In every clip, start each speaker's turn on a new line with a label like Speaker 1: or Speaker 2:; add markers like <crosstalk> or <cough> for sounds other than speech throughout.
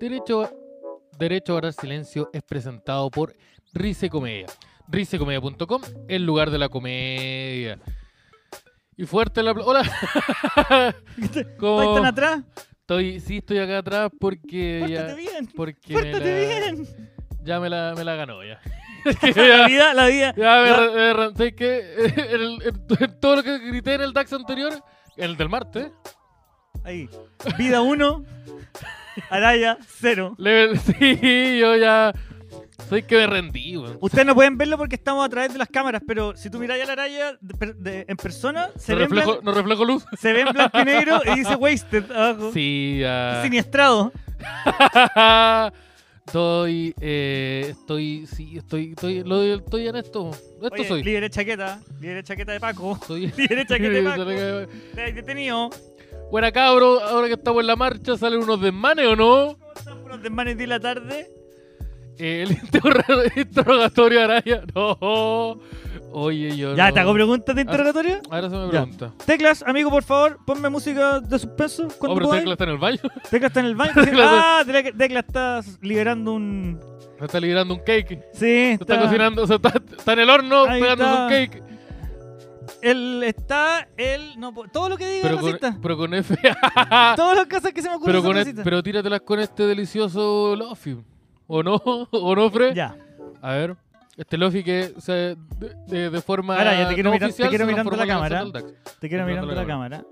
Speaker 1: Derecho, Derecho a guardar silencio es presentado por Risecomedia. Risecomedia.com, el lugar de la comedia. Y fuerte el aplauso.
Speaker 2: <laughs>
Speaker 1: ¡Hola!
Speaker 2: ¿Estás
Speaker 1: Como-
Speaker 2: tan atrás?
Speaker 1: Estoy, sí, estoy acá atrás porque
Speaker 2: Pórtate
Speaker 1: ya,
Speaker 2: bien.
Speaker 1: porque me
Speaker 2: Pórtate
Speaker 1: la,
Speaker 2: bien.
Speaker 1: ya me la, me la ganó
Speaker 2: <laughs>
Speaker 1: ya. <laughs>
Speaker 2: La
Speaker 1: ya,
Speaker 2: vida, la vida.
Speaker 1: <laughs> ya me
Speaker 2: la-
Speaker 1: re- me re- ¿sabes qué? <laughs> El- el- todo lo que grité en el DAX anterior, en el del martes,
Speaker 2: Ahí. Vida 1, Araya 0.
Speaker 1: level- <laughs> sí, yo ya, soy que me rendí, weón.
Speaker 2: Ustedes no pueden verlo porque estamos a través de las cámaras, pero si tú miráis a la Araya de per- de- en persona, se
Speaker 1: ¿No
Speaker 2: ve, en
Speaker 1: reflejo,
Speaker 2: blan-
Speaker 1: no reflejo luz?
Speaker 2: se ve en blanco y negro
Speaker 1: <laughs>
Speaker 2: y dice wasted abajo.
Speaker 1: Sí, ah. ya.
Speaker 2: Siniestrado.
Speaker 1: <laughs> estoy, eh, estoy, sí, estoy, estoy, lo, estoy en esto, esto
Speaker 2: Oye,
Speaker 1: soy.
Speaker 2: Libre chaqueta. Libre chaqueta de Paco.
Speaker 1: Soy-
Speaker 2: <laughs>
Speaker 1: <laughs>
Speaker 2: Libre chaqueta de Paco. Te has detenido.
Speaker 1: Buena cabro, ahora que estamos en la marcha, ¿salen unos desmanes o no? Eh,
Speaker 2: ¿Cómo están por los desmanes de la tarde?
Speaker 1: El <laughs> interro- interrogatorio de Araya, <laughs> no. Oye, yo.
Speaker 2: Ya,
Speaker 1: no. Ah.
Speaker 2: te hago preguntas de interrogatorio.
Speaker 1: Ahora se me
Speaker 2: Ya.
Speaker 1: pregunta.
Speaker 2: Teclas, amigo, por favor, ponme música de suspenso
Speaker 1: Oh,
Speaker 2: cuando
Speaker 1: pero
Speaker 2: puedas.
Speaker 1: Tecla está en el baño. <laughs>
Speaker 2: Tecla está en el baño.
Speaker 1: Tecla está-
Speaker 2: ah, Tecla, Tecla está liberando un.
Speaker 1: Se está liberando un cake.
Speaker 2: Sí,
Speaker 1: Se está cocinando, se está, está en el horno
Speaker 2: Ahí
Speaker 1: pegándose
Speaker 2: está.
Speaker 1: un cake.
Speaker 2: Él está, él. No, po- todo lo que diga
Speaker 1: Pero con,
Speaker 2: racista.
Speaker 1: pero con F.
Speaker 2: Todas las cosas que se me ocurren
Speaker 1: pero,
Speaker 2: son
Speaker 1: con e-
Speaker 2: racistas.
Speaker 1: pero tíratelas con este delicioso Lofi. ¿O no? <laughs> ¿O no, Fre?
Speaker 2: Ya.
Speaker 1: A ver. Este Lofi que se, de, de- de forma.
Speaker 2: Ahora, ya te quiero
Speaker 1: no
Speaker 2: mirar- te
Speaker 1: oficial,
Speaker 2: quiero
Speaker 1: se
Speaker 2: mirando
Speaker 1: transforma
Speaker 2: la
Speaker 1: en
Speaker 2: cámara.
Speaker 1: Zonaldax.
Speaker 2: Te quiero
Speaker 1: Control
Speaker 2: mirando
Speaker 1: de
Speaker 2: la
Speaker 1: la
Speaker 2: cámara.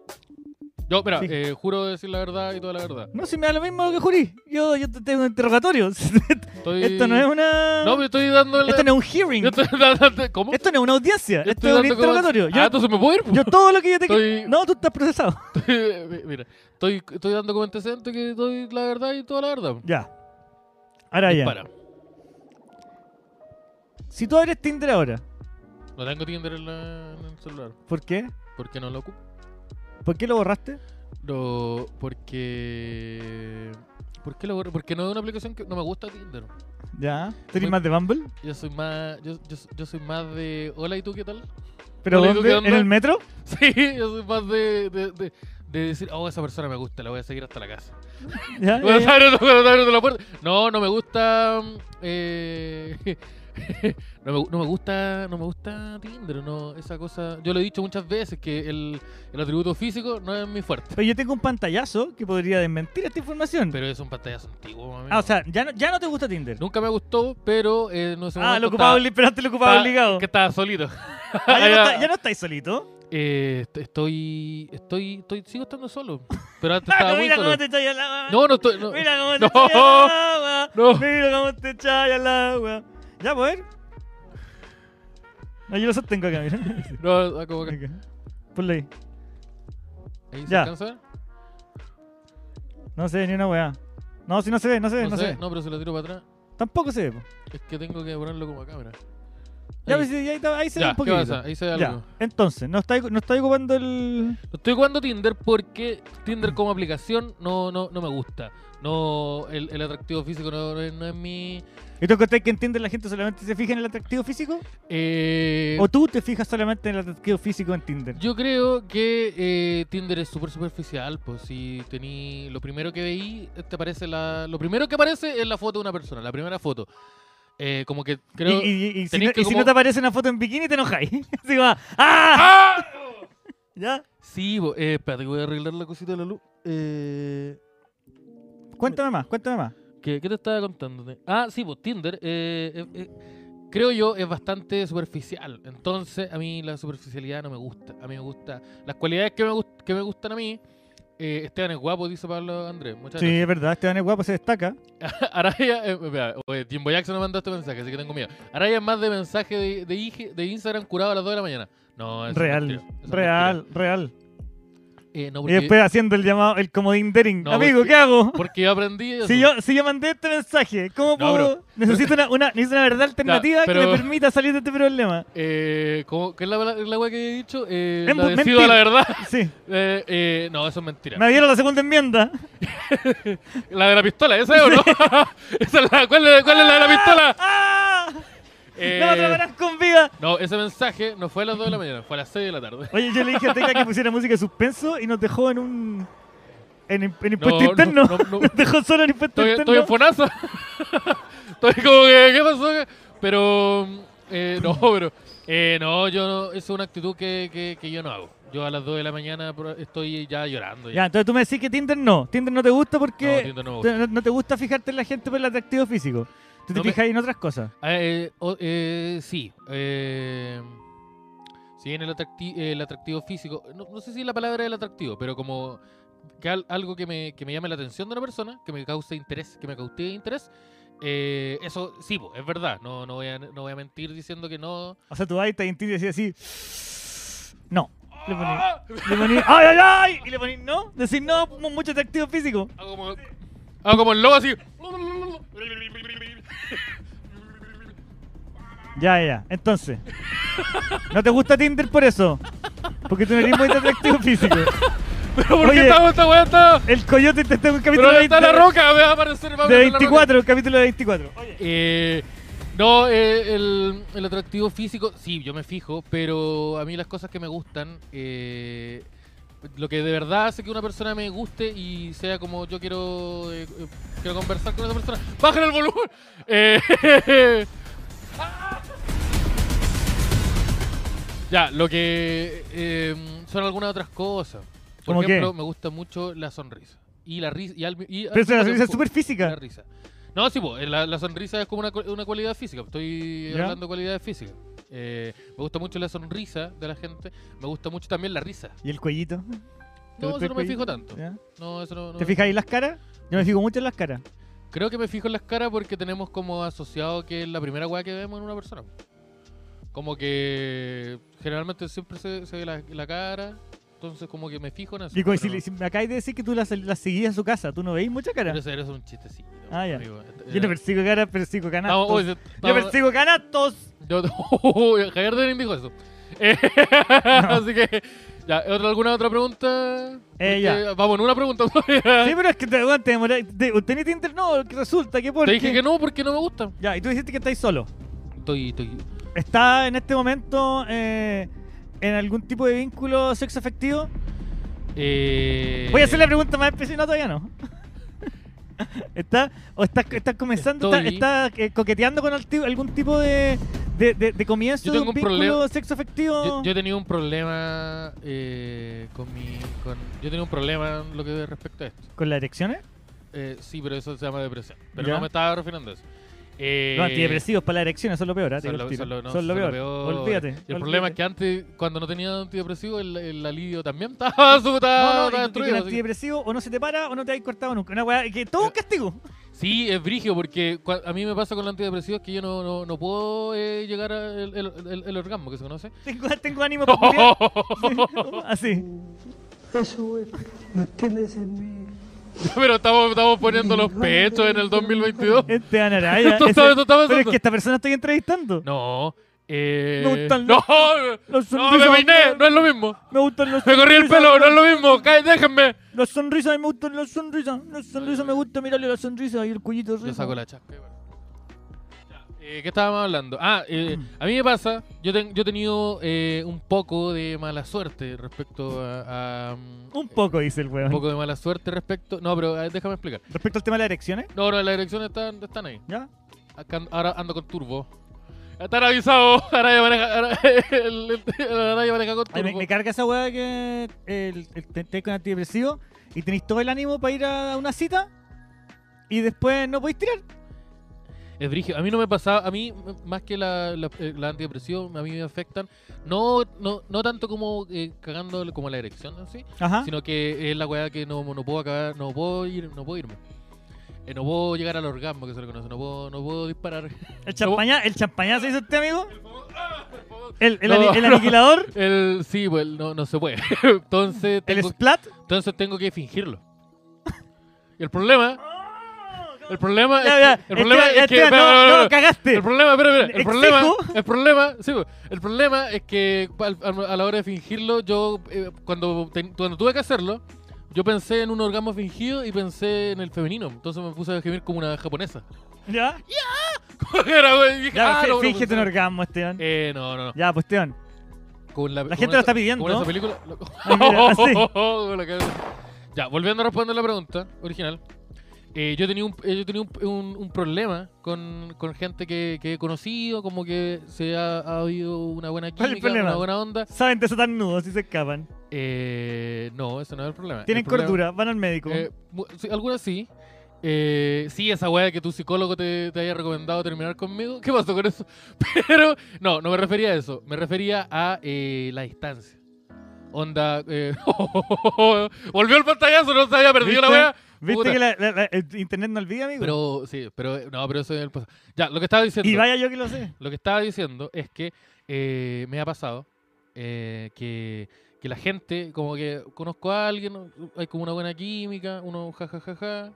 Speaker 1: Yo, espera,
Speaker 2: Sí.
Speaker 1: eh, juro decir la verdad y toda la verdad.
Speaker 2: No, si me da lo mismo lo que jurí. Yo, yo te- tengo un interrogatorio. <laughs>
Speaker 1: Estoy-
Speaker 2: Esto no es una.
Speaker 1: No, me estoy dando el.
Speaker 2: Esto no es un
Speaker 1: <laughs>
Speaker 2: hearing.
Speaker 1: Yo
Speaker 2: Esto,
Speaker 1: estoy dando- ¿Cómo?
Speaker 2: no es una audiencia. Esto
Speaker 1: Estoy
Speaker 2: es un
Speaker 1: dando como-
Speaker 2: interrogatorio. Yo,
Speaker 1: Ah, entonces me puedo ir. po.
Speaker 2: yo todo lo que yo te
Speaker 1: Estoy-
Speaker 2: No, tú estás procesado. <laughs>
Speaker 1: Mira, <laughs> estoy, estoy dando como antecedente que doy la verdad y toda la verdad.
Speaker 2: Ya. Ahora ya.
Speaker 1: Para.
Speaker 2: Si tú abres Tinder ahora,
Speaker 1: No tengo Tinder en, la- en el celular.
Speaker 2: ¿por qué?
Speaker 1: ¿Por qué no lo ocupo?
Speaker 2: ¿Por qué lo borraste?
Speaker 1: Lo, porque. ¿Por qué lo borré? Porque no es una aplicación que. No me gusta Tinder.
Speaker 2: Ya. ¿Tú eres
Speaker 1: Muy-
Speaker 2: más de Bumble?
Speaker 1: Yo soy más. Yo, yo, yo soy más de. Hola, ¿y tú qué tal? <laughs>
Speaker 2: ¿Pero
Speaker 1: Hola, ¿y tú
Speaker 2: dónde?
Speaker 1: qué onda?
Speaker 2: ¿En el metro?
Speaker 1: Sí, yo soy más de. de, de de decir, oh, esa persona me gusta, la voy a seguir hasta la casa.
Speaker 2: Ah, ¿Ya?
Speaker 1: Voy a <laughs>
Speaker 2: ya, ya.
Speaker 1: estar- voy a estar abriendo la puerta. No, no me gusta. mm, eh, <laughs> no, me, no me gusta. No me gusta Tinder, no, esa cosa. Yo lo he dicho muchas veces que el, el atributo físico no es mi fuerte.
Speaker 2: Pero yo tengo un pantallazo que podría desmentir esta información.
Speaker 1: Pero es un pantallazo antiguo, mami.
Speaker 2: Ah, o sea, ya no, ya no te gusta Tinder.
Speaker 1: Nunca me gustó, pero eh, no sé.
Speaker 2: ah, lo ocupaba, obli- pero antes lo ocupaba obligado.
Speaker 1: Ah, Que estaba
Speaker 2: <laughs>
Speaker 1: solito.
Speaker 2: Ah, ya, no
Speaker 1: ya.
Speaker 2: está- ya no estáis solito.
Speaker 1: Eh, est- estoy, estoy. Estoy. Sigo estando solo. Pero antes
Speaker 2: <laughs> Ah,
Speaker 1: estaba muy
Speaker 2: mira cómo
Speaker 1: solo.
Speaker 2: te echáis al agua.
Speaker 1: No, no estoy. No.
Speaker 2: Mira cómo te
Speaker 1: No.
Speaker 2: echáis al agua.
Speaker 1: No.
Speaker 2: Mira cómo te echáis al agua. Ya, pues. a ver. No, yo lo sostengo acá, mira.
Speaker 1: No, ah, como que-
Speaker 2: Acá. Ponlo ahí.
Speaker 1: ahí se
Speaker 2: Ya.
Speaker 1: alcanza a ver.
Speaker 2: No se ve ni una weá. No, si no se ve, no se ve, no,
Speaker 1: No
Speaker 2: se
Speaker 1: sé,
Speaker 2: ve.
Speaker 1: no, pero si lo tiro para atrás.
Speaker 2: Tampoco se ve. po.
Speaker 1: Es que tengo que ponerlo como a cámara.
Speaker 2: Ya,
Speaker 1: Ahí.
Speaker 2: pues, sí, ahí, está- ahí se ve
Speaker 1: Ya,
Speaker 2: un
Speaker 1: ¿qué
Speaker 2: poquito.
Speaker 1: pasa? Ahí se ve algo.
Speaker 2: Ya. Entonces, no estáis no estáis ocupando el.
Speaker 1: No Estoy jugando Tinder porque Tinder como aplicación no, no, no me gusta. No, el, el atractivo físico no, no es- no es mi...
Speaker 2: ¿Y tú encontrás que entiende la gente solamente se fija en el atractivo físico?
Speaker 1: Eh,
Speaker 2: ¿O tú te fijas solamente en el atractivo físico en Tinder?
Speaker 1: Yo creo que eh, Tinder es súper superficial, pues si tení lo primero que veí, eh, te aparece la, lo primero que aparece es la foto de una persona, la primera foto. Eh, como que creo.
Speaker 2: y, y- y si,
Speaker 1: tenés
Speaker 2: no,
Speaker 1: que
Speaker 2: y si
Speaker 1: como-
Speaker 2: no te aparece una foto en bikini, te enojáis. <laughs> Así va. ¡Ah!
Speaker 1: ¡Ah!
Speaker 2: ¿Ya?
Speaker 1: Sí, bo- eh, espérate, que voy a arreglar la cosita de la luz. Eh,
Speaker 2: Cuéntame más, cuéntame más.
Speaker 1: ¿Qué, qué te estaba contando? Ah, sí, pues Tinder, eh, eh, eh, creo yo, es bastante superficial. Entonces, a mí la superficialidad no me gusta. A mí me gusta. Las cualidades que me, gust- que me gustan a mí. eh, Esteban es guapo, dice Pablo Andrés. Muchas
Speaker 2: Sí, es verdad, Esteban es guapo, se destaca.
Speaker 1: gracias. Araya, eh, espera, oye, Jimbo Jackson me mandó este mensaje, así que tengo miedo. Araya es más de mensaje de, de, IG de Instagram curado a las 2 de la mañana. No, eso es
Speaker 2: Real,
Speaker 1: mentira, eso es
Speaker 2: real, real.
Speaker 1: mentira. Eh, no,
Speaker 2: Y
Speaker 1: porque,
Speaker 2: después haciendo el llamado, el comodín dering.
Speaker 1: No,
Speaker 2: Amigo,
Speaker 1: porque-
Speaker 2: ¿qué
Speaker 1: <laughs>
Speaker 2: hago?
Speaker 1: porque yo aprendí eso.
Speaker 2: Si yo, si yo mandé este mensaje, ¿cómo
Speaker 1: No,
Speaker 2: puedo? necesito, una, una- necesito una verdad alternativa que
Speaker 1: pero-
Speaker 2: me permita salir de este problema.
Speaker 1: Eh, ¿cómo- ¿Qué es la, la, la wea que he dicho? Eh,
Speaker 2: Es
Speaker 1: la
Speaker 2: bu-
Speaker 1: decido a la verdad. <laughs>
Speaker 2: Sí,
Speaker 1: Eh, eh, no, eso es mentira.
Speaker 2: pues, me dieron la segunda enmienda.
Speaker 1: La de la pistola, esa es o no? <laughs> Esa es la- ¿cuál, es, cuál es la de la pistola?
Speaker 2: ¡Ah!
Speaker 1: Eh,
Speaker 2: ¡No me atraparás con vida!
Speaker 1: no, ese mensaje no fue a las 2 de la mañana, fue a las 6 de la tarde.
Speaker 2: Oye, yo le dije a Teca que pusiera música de suspenso y nos dejó en un. en, imp- en
Speaker 1: No,
Speaker 2: impuesto
Speaker 1: no,
Speaker 2: interno.
Speaker 1: no, no.
Speaker 2: Nos dejó solo en impuesto
Speaker 1: Estoy,
Speaker 2: interno.
Speaker 1: estoy en Fonasa. <laughs> estoy como que, ¿qué pasó? Pero, eh, no, pero, eh, no, yo no, es una actitud que, que, que yo no hago. Yo a las 2 de la mañana pro- estoy ya llorando.
Speaker 2: ya, entonces tú me decís que Tinder no. Tinder no te gusta
Speaker 1: No,
Speaker 2: porque.
Speaker 1: Tinder no me gusta.
Speaker 2: te- no, no te gusta fijarte en la gente por el atractivo físico. Tú te
Speaker 1: No me-
Speaker 2: fijas en otras cosas.
Speaker 1: Eh, o- eh, sí. Eh, sí, en el, atracti- el atractivo físico. No, no sé si la palabra es el atractivo, pero como que al- algo que me, que me llame la atención de una persona, que me cause interés, que me cautive interés. eh, eso sí, po, es verdad. No, no, voy a, no voy a mentir diciendo que no.
Speaker 2: O sea, tú vas y te en Tinder y decís así. No. Le poní.
Speaker 1: ¡Ah!
Speaker 2: Le poní. ¡Ay, ay, ay! Y le poní no. Decís no, mu- mucho atractivo físico.
Speaker 1: Hago como, hago como el lobo así. <laughs>
Speaker 2: Ya, ya, ya. Entonces. No te gusta Tinder por eso. Porque tú no eres muy de atractivo físico.
Speaker 1: Pero ¿por qué
Speaker 2: Oye.
Speaker 1: estamos esta weá? Está,
Speaker 2: El coyote te está en un capítulo
Speaker 1: pero
Speaker 2: de,
Speaker 1: está la
Speaker 2: 20
Speaker 1: roca, me va a aparecer. va a
Speaker 2: de
Speaker 1: aparecer la roca.
Speaker 2: 24, el capítulo de 24. Oye,
Speaker 1: Eh, no, eh, el, el atractivo físico, sí, yo me fijo, pero a mí las cosas que me gustan, eh, lo que de verdad hace que una persona me guste y sea como yo quiero, eh, eh, quiero conversar con esa persona, ¡bajen el volumen! <laughs> Eh, ya, lo que eh, son algunas otras cosas. Por
Speaker 2: ¿Cómo qué?
Speaker 1: ejemplo, me gusta mucho la sonrisa. Y la risa. Y al- y al
Speaker 2: pero eso es
Speaker 1: mismo
Speaker 2: una sonrisa
Speaker 1: tiempo-
Speaker 2: súper
Speaker 1: la
Speaker 2: física.
Speaker 1: risa. No, sí, po, eh, la, la sonrisa es como una, cu- una cualidad física. Estoy
Speaker 2: ¿Ya?
Speaker 1: hablando de cualidades físicas. Eh, me gusta mucho la sonrisa de la gente. Me gusta mucho también la risa.
Speaker 2: ¿Y el cuellito? ¿Te
Speaker 1: No, eso
Speaker 2: gusta
Speaker 1: no
Speaker 2: el
Speaker 1: me
Speaker 2: cuellito?
Speaker 1: fijo tanto.
Speaker 2: ¿Ya?
Speaker 1: No, eso no, no
Speaker 2: ¿Te
Speaker 1: me-
Speaker 2: fijas ahí en las caras? Yo me fijo mucho en las caras.
Speaker 1: Creo que me fijo en las caras porque tenemos como asociado que es la primera weá que vemos en una persona. Como que generalmente siempre se, se ve la, la cara. Entonces como que me fijo en eso.
Speaker 2: Y
Speaker 1: pero
Speaker 2: si,
Speaker 1: no-
Speaker 2: le- si me acabas de decir que tú las las seguías a su casa, ¿tú no veis mucha cara?
Speaker 1: pero eso es un chistecito.
Speaker 2: Ah, ya.
Speaker 1: amigo. Eh,
Speaker 2: Yo no persigo caras, persigo
Speaker 1: Estamos-
Speaker 2: canastos.
Speaker 1: oye,
Speaker 2: Yo
Speaker 1: estamos-
Speaker 2: persigo canastos.
Speaker 1: Yo, <laughs> Javier Denín dijo eso. <laughs> Eh, Así que, ya, ¿otra, ¿alguna otra pregunta?
Speaker 2: Eh, ya.
Speaker 1: Porque Vamos en una pregunta. <laughs>
Speaker 2: Sí, pero es que te, bueno, te demoráis. te- ¿Tenés Tinder? No, que resulta que
Speaker 1: Te
Speaker 2: porque...
Speaker 1: dije que no porque no me gusta.
Speaker 2: Ya, y tú dijiste que estáis solo.
Speaker 1: Estoy, estoy.
Speaker 2: ¿Está en este momento eh, en algún tipo de vínculo sexo afectivo?
Speaker 1: Eh,
Speaker 2: Voy a hacer la pregunta más específica. No, todavía no. <laughs> ¿Está, ¿O estás estás comenzando?
Speaker 1: Estoy-
Speaker 2: ¿Estás está, eh, coqueteando con alti- algún tipo de, de, de- de comienzo
Speaker 1: Yo
Speaker 2: de
Speaker 1: tengo
Speaker 2: un
Speaker 1: un problema.
Speaker 2: vínculo sexo afectivo?
Speaker 1: Yo, yo he tenido un problema eh, con mi. Con, yo he tenido un problema en lo que respecta a esto.
Speaker 2: ¿Con las erecciones?
Speaker 1: Eh, sí, pero eso se llama depresión. Pero
Speaker 2: Ya.
Speaker 1: no me estaba refiriendo a eso. Eh,
Speaker 2: Los antidepresivos para las erecciones son lo peor, ¿ah? Te
Speaker 1: Son lo,
Speaker 2: digo el tiro.
Speaker 1: son lo- no,
Speaker 2: Son lo peor. Olvídate.
Speaker 1: Y el
Speaker 2: olvídate.
Speaker 1: problema es que antes, cuando no tenía antidepresivo, el, el alivio también estaba, <laughs> su- estaba,
Speaker 2: No, no,
Speaker 1: estaba
Speaker 2: y- y con
Speaker 1: destruido. así que-
Speaker 2: antidepresivo o no se te para o no te has cortado nunca. Una weá que todo un
Speaker 1: <laughs>
Speaker 2: castigo.
Speaker 1: Sí, es brigio, porque cua- a mí me pasa con los antidepresivos que yo no, no, no puedo eh, llegar al el, el- el orgasmo que se conoce.
Speaker 2: Tengo, tengo ánimo para culiar. <laughs> Así.
Speaker 3: Eso, güey, lo tienes en mí.
Speaker 1: <laughs> Pero estamos, estamos poniendo los pechos en el 2022. <laughs>
Speaker 2: Este Anaraya.
Speaker 1: Tú
Speaker 2: ese-
Speaker 1: sabes, tú sabes,
Speaker 2: Pero es
Speaker 1: tú-
Speaker 2: que esta persona estoy entrevistando.
Speaker 1: No. Eh,
Speaker 2: Me gustan
Speaker 1: no, no,
Speaker 2: los- los
Speaker 1: me
Speaker 2: sonrisos-
Speaker 1: peiné, no es lo mismo.
Speaker 2: Me gustan los
Speaker 1: Me corrí el
Speaker 2: sonrisas,
Speaker 1: pelo, no es lo mismo. Cállate, déjenme.
Speaker 2: Las sonrisas, me gustan las sonrisas. Las sonrisas me gusta mirarle la sonrisa y el cuellito rico.
Speaker 1: Yo saco la chasca. igual. Ya, eh, ¿Qué estábamos hablando? Ah, eh, a mí me pasa, yo, ten- yo he tenido eh, un poco de mala suerte respecto a... a, mm,
Speaker 2: Un poco, dice el
Speaker 1: Un
Speaker 2: weón.
Speaker 1: poco de mala suerte respecto... No, pero eh, déjame explicar.
Speaker 2: Respecto al tema de las erecciones,
Speaker 1: No, no, las direcciones están, están ahí.
Speaker 2: ¿ya?
Speaker 1: Acá an- ahora ando con turbo. Están avisados. <laughs> Ahora ya maneja, ahora, el, el- el- ahora ya maneja con
Speaker 2: Ay, me,
Speaker 1: turbo.
Speaker 2: me carga esa weá que el, el, te- te con antidepresivo y tenéis todo el ánimo para ir a una cita y después no podéis tirar.
Speaker 1: Es brígido. A mí no me pasaba, a mí m- más que la, la, eh, la antidepresión, a mí me afectan. No, no, no tanto como eh, cagando como la erección en sí,
Speaker 2: Ajá.
Speaker 1: sino que es la weá que no, no puedo acabar, no puedo ir, no puedo irme. Eh, no puedo llegar al orgasmo que se le conoce, no puedo, no puedo
Speaker 2: <laughs>
Speaker 1: disparar.
Speaker 2: ¿El champañá, el champañá se dice usted, amigo?
Speaker 1: ah,
Speaker 2: ¿El, el,
Speaker 1: No,
Speaker 2: ani- el
Speaker 1: no. <laughs>
Speaker 2: aniquilador?
Speaker 1: El, sí, pues no, no se puede. <laughs> entonces,
Speaker 2: ¿El
Speaker 1: tengo,
Speaker 2: splat?
Speaker 1: entonces tengo que fingirlo. Y el problema. El problema
Speaker 2: Ya,
Speaker 1: es
Speaker 2: ya,
Speaker 1: que. El problema
Speaker 2: Esteban,
Speaker 1: es que. espera,
Speaker 2: Esteban,
Speaker 1: espera,
Speaker 2: no,
Speaker 1: espera.
Speaker 2: no, cagaste.
Speaker 1: El problema, espera, espera, El
Speaker 2: Exijo.
Speaker 1: problema, el problema, sí, po. el problema es que al- al- a la hora de fingirlo, yo eh, cuando, ten- cuando tuve que hacerlo, yo pensé en un orgasmo fingido y pensé en el femenino. Entonces me puse a gemir como una japonesa.
Speaker 2: ¿Ya?
Speaker 1: Era, güey, y dije,
Speaker 2: Ya,
Speaker 1: ah,
Speaker 2: fí-
Speaker 1: no, no,
Speaker 2: fíjate un
Speaker 1: no.
Speaker 2: orgasmo, Esteban.
Speaker 1: Eh, no, no, no.
Speaker 2: Ya, pues, Esteban.
Speaker 1: Con la, con
Speaker 2: gente lo
Speaker 1: esa-
Speaker 2: está pidiendo.
Speaker 1: Con esa película.
Speaker 2: <laughs>
Speaker 1: lo- Oh, <laughs>
Speaker 2: Ay, mira, así.
Speaker 1: Con la cabeza. ya, volviendo a responder la pregunta original. eh, yo tenía un, eh, yo tenía un, un- un problema con, con gente que, que he conocido, como que se ha, ha habido una buena
Speaker 2: ¿Cuál es el
Speaker 1: química,
Speaker 2: problema?
Speaker 1: una buena onda.
Speaker 2: Saben de tan nudos y se escapan.
Speaker 1: Eh, no, ese no es el problema.
Speaker 2: Tienen
Speaker 1: El problema-
Speaker 2: cordura, van al médico.
Speaker 1: eh, mu- sí, algunas sí. Eh, sí, esa weá de que tu psicólogo te, te haya recomendado terminar conmigo. ¿Qué pasó con eso? <laughs> Pero, no, no me refería a eso. Me refería a eh, la distancia. Onda. eh, <laughs> volvió el pantallazo, no se había perdido la
Speaker 2: ¿Viste?
Speaker 1: weá.
Speaker 2: ¿Viste
Speaker 1: puta.
Speaker 2: que la- la- la- el internet no olvida, amigo?
Speaker 1: Pero, sí, pero. eh, No, pero eso es el pasado. Ya, lo que estaba diciendo.
Speaker 2: y vaya yo que lo sé.
Speaker 1: Lo que estaba diciendo es que eh, me ha pasado eh, que, que la gente, como que conozco a alguien, hay como una buena química, uno jajajaja.